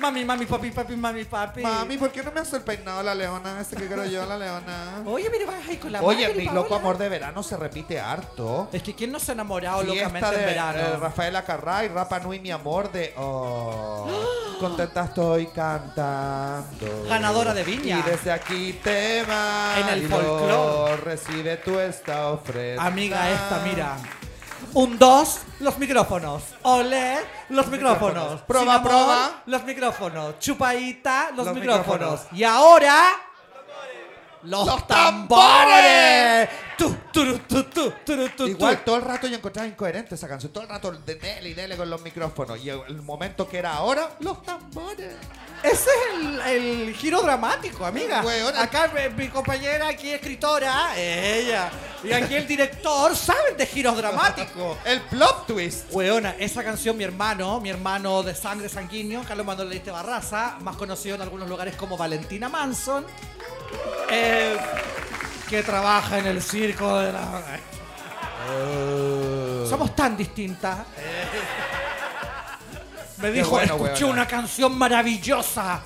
mami, mami, papi, papi, mami, papi. Mami, ¿por qué no me has sorprendido la leona? Ese que quiero yo, la leona. Oye, pero vas ahí con la Oye, madre, mi loco Paola. amor de verano se repite harto. Es que quién no se ha enamorado Fiesta locamente de en eh, verano. Rafaela Carrá y Rapa Nui, mi amor de... Oh, contenta estoy cantando. Ganadora de Viña. Y desde aquí te va. En el folclore. Recibe tú esta ofrenda. Amiga esta, mira. Un, dos, los micrófonos. Ole, los micrófonos. Proba, Sin amor, proba. Los micrófonos. Chupaita, los, Los micrófonos. micrófonos. Y ahora. Los, ¡Los tambores! tambores. Tú, tú, tú, tú, tú, tú, Igual todo el rato yo encontraba incoherente esa canción. Todo el rato de dele y dele con los micrófonos. Y el el momento que era ahora, los tambores. Ese es el, el giro dramático, amiga. Weona. Acá mi, mi compañera aquí escritora, eh, ella. Y aquí el director saben de giros dramáticos. El plot twist. Weona, esa canción mi hermano, mi hermano de sangre sanguíneo, Carlos Manuel Leite Barraza, más conocido en algunos lugares como Valentina Manson, eh, que trabaja en el circo de la... Eh, Somos tan distintas. Me dijo, bueno, escuché weona. una canción maravillosa.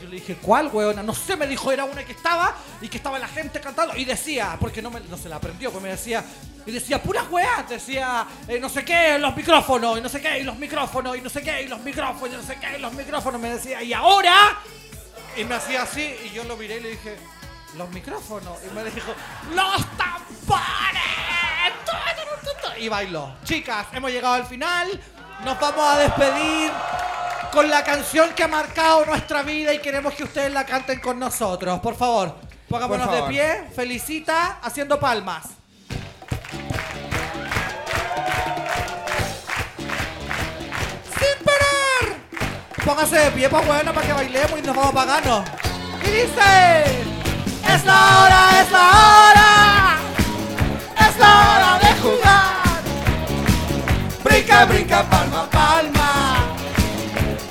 Yo le dije, ¿cuál, weona? No sé, me dijo, era una que estaba y que estaba la gente cantando. Y decía, porque no, me- no se la aprendió, pues me decía, y decía, puras weas, decía, eh, no sé qué, los micrófonos, y no sé qué, y los micrófonos, y no sé qué, y los micrófonos, y no sé qué, y los micrófonos, me decía, y ahora, y me hacía así, y yo lo miré y le dije, los micrófonos, y me dijo, los tambores. Tu, tu, tu, tu, tu. Y bailó. Chicas, hemos llegado al final, nos vamos a despedir con la canción que ha marcado nuestra vida y queremos que ustedes la canten con nosotros. Por favor, pongámonos Por favor. de pie, felicita, haciendo palmas. ¡Sin parar! Póngase de pie, pues bueno, para que bailemos y nos vamos a pagarnos. Y dice: Es la hora, es la hora, es la hora de jugar. Brinca, brinca, palma, palma.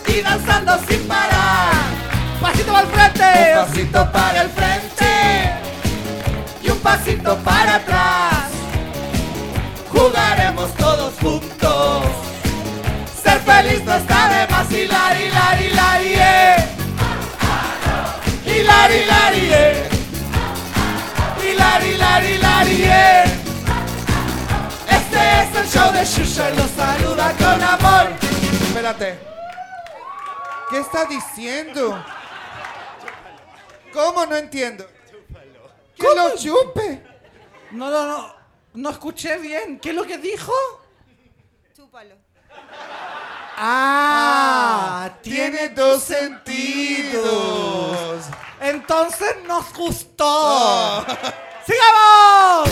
Y danzando sin parar. Pasito para Un pasito para el el frente, frente. Y un pasito para atrás. Jugaremos todos juntos. Ser feliz no está de más. Hilari, hilari, hilari, eh. Hilari, hilari, eh. Hilari, hilari, hilari, eh. Este es el show de Shusha y los saluda con amor. Espérate. ¿Qué está diciendo? ¿Cómo no entiendo? ¡Que lo chupe! No, no, no. No escuché bien. ¿Qué es lo que dijo? Chúpalo. Ah, Tiene dos sentidos. Entonces nos gustó. ¡Sigamos!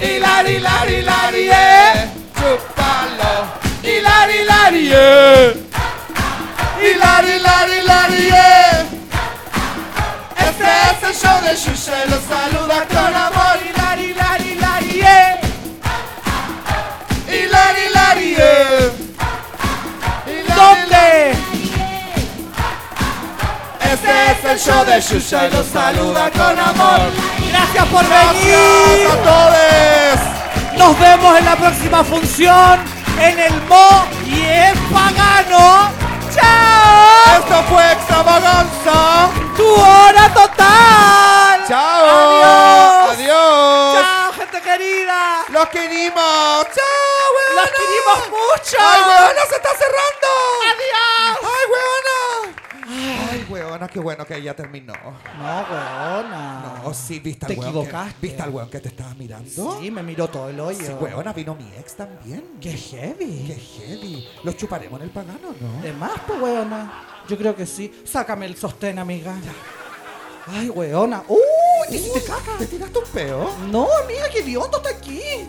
Hilari, hilari, hilari, eh. Chúpalo. Hilari, hilari, eh. Hilari, hilari, hilari, eh. Este es el show de Shusha y los saluda con amor. Hilari, hilari, hilari, eh. Hilari, hilari, eh. Hilari, ¿Dónde? Este es el show de Shusha y los saluda con amor. Gracias por venir. ¡Gracias a todos! Nos vemos en la próxima función en el Mo y el Pagano. ¡Chao! Esto fue Extravaganza. ¡Tu hora total! Chao. ¡Adiós! Adiós. ¡Chao, gente querida! Los querimos. Chao, eh. weona. ¡Los queremos mucho! Ay, weona, se está cerrando. ¡Adiós! Ay, weona. Ay, weona, qué bueno que ya terminó. No, weona. No, sí, viste al Te weón. equivocaste. Que, ¿Viste al weón que te estaba mirando? Sí, me miró todo el hoyo. Sí, weona, vino mi ex también. ¡Qué heavy! Qué heavy. Los chuparemos en el pagano, ¿no? ¿De más, pues, weona? Yo creo que sí. Sácame el sostén, amiga. ¡Ay, weona! ¡Uy! ¡Te hiciste caca! ¿Te tiraste un peo? tá No, amiga, qué hediondo está aquí.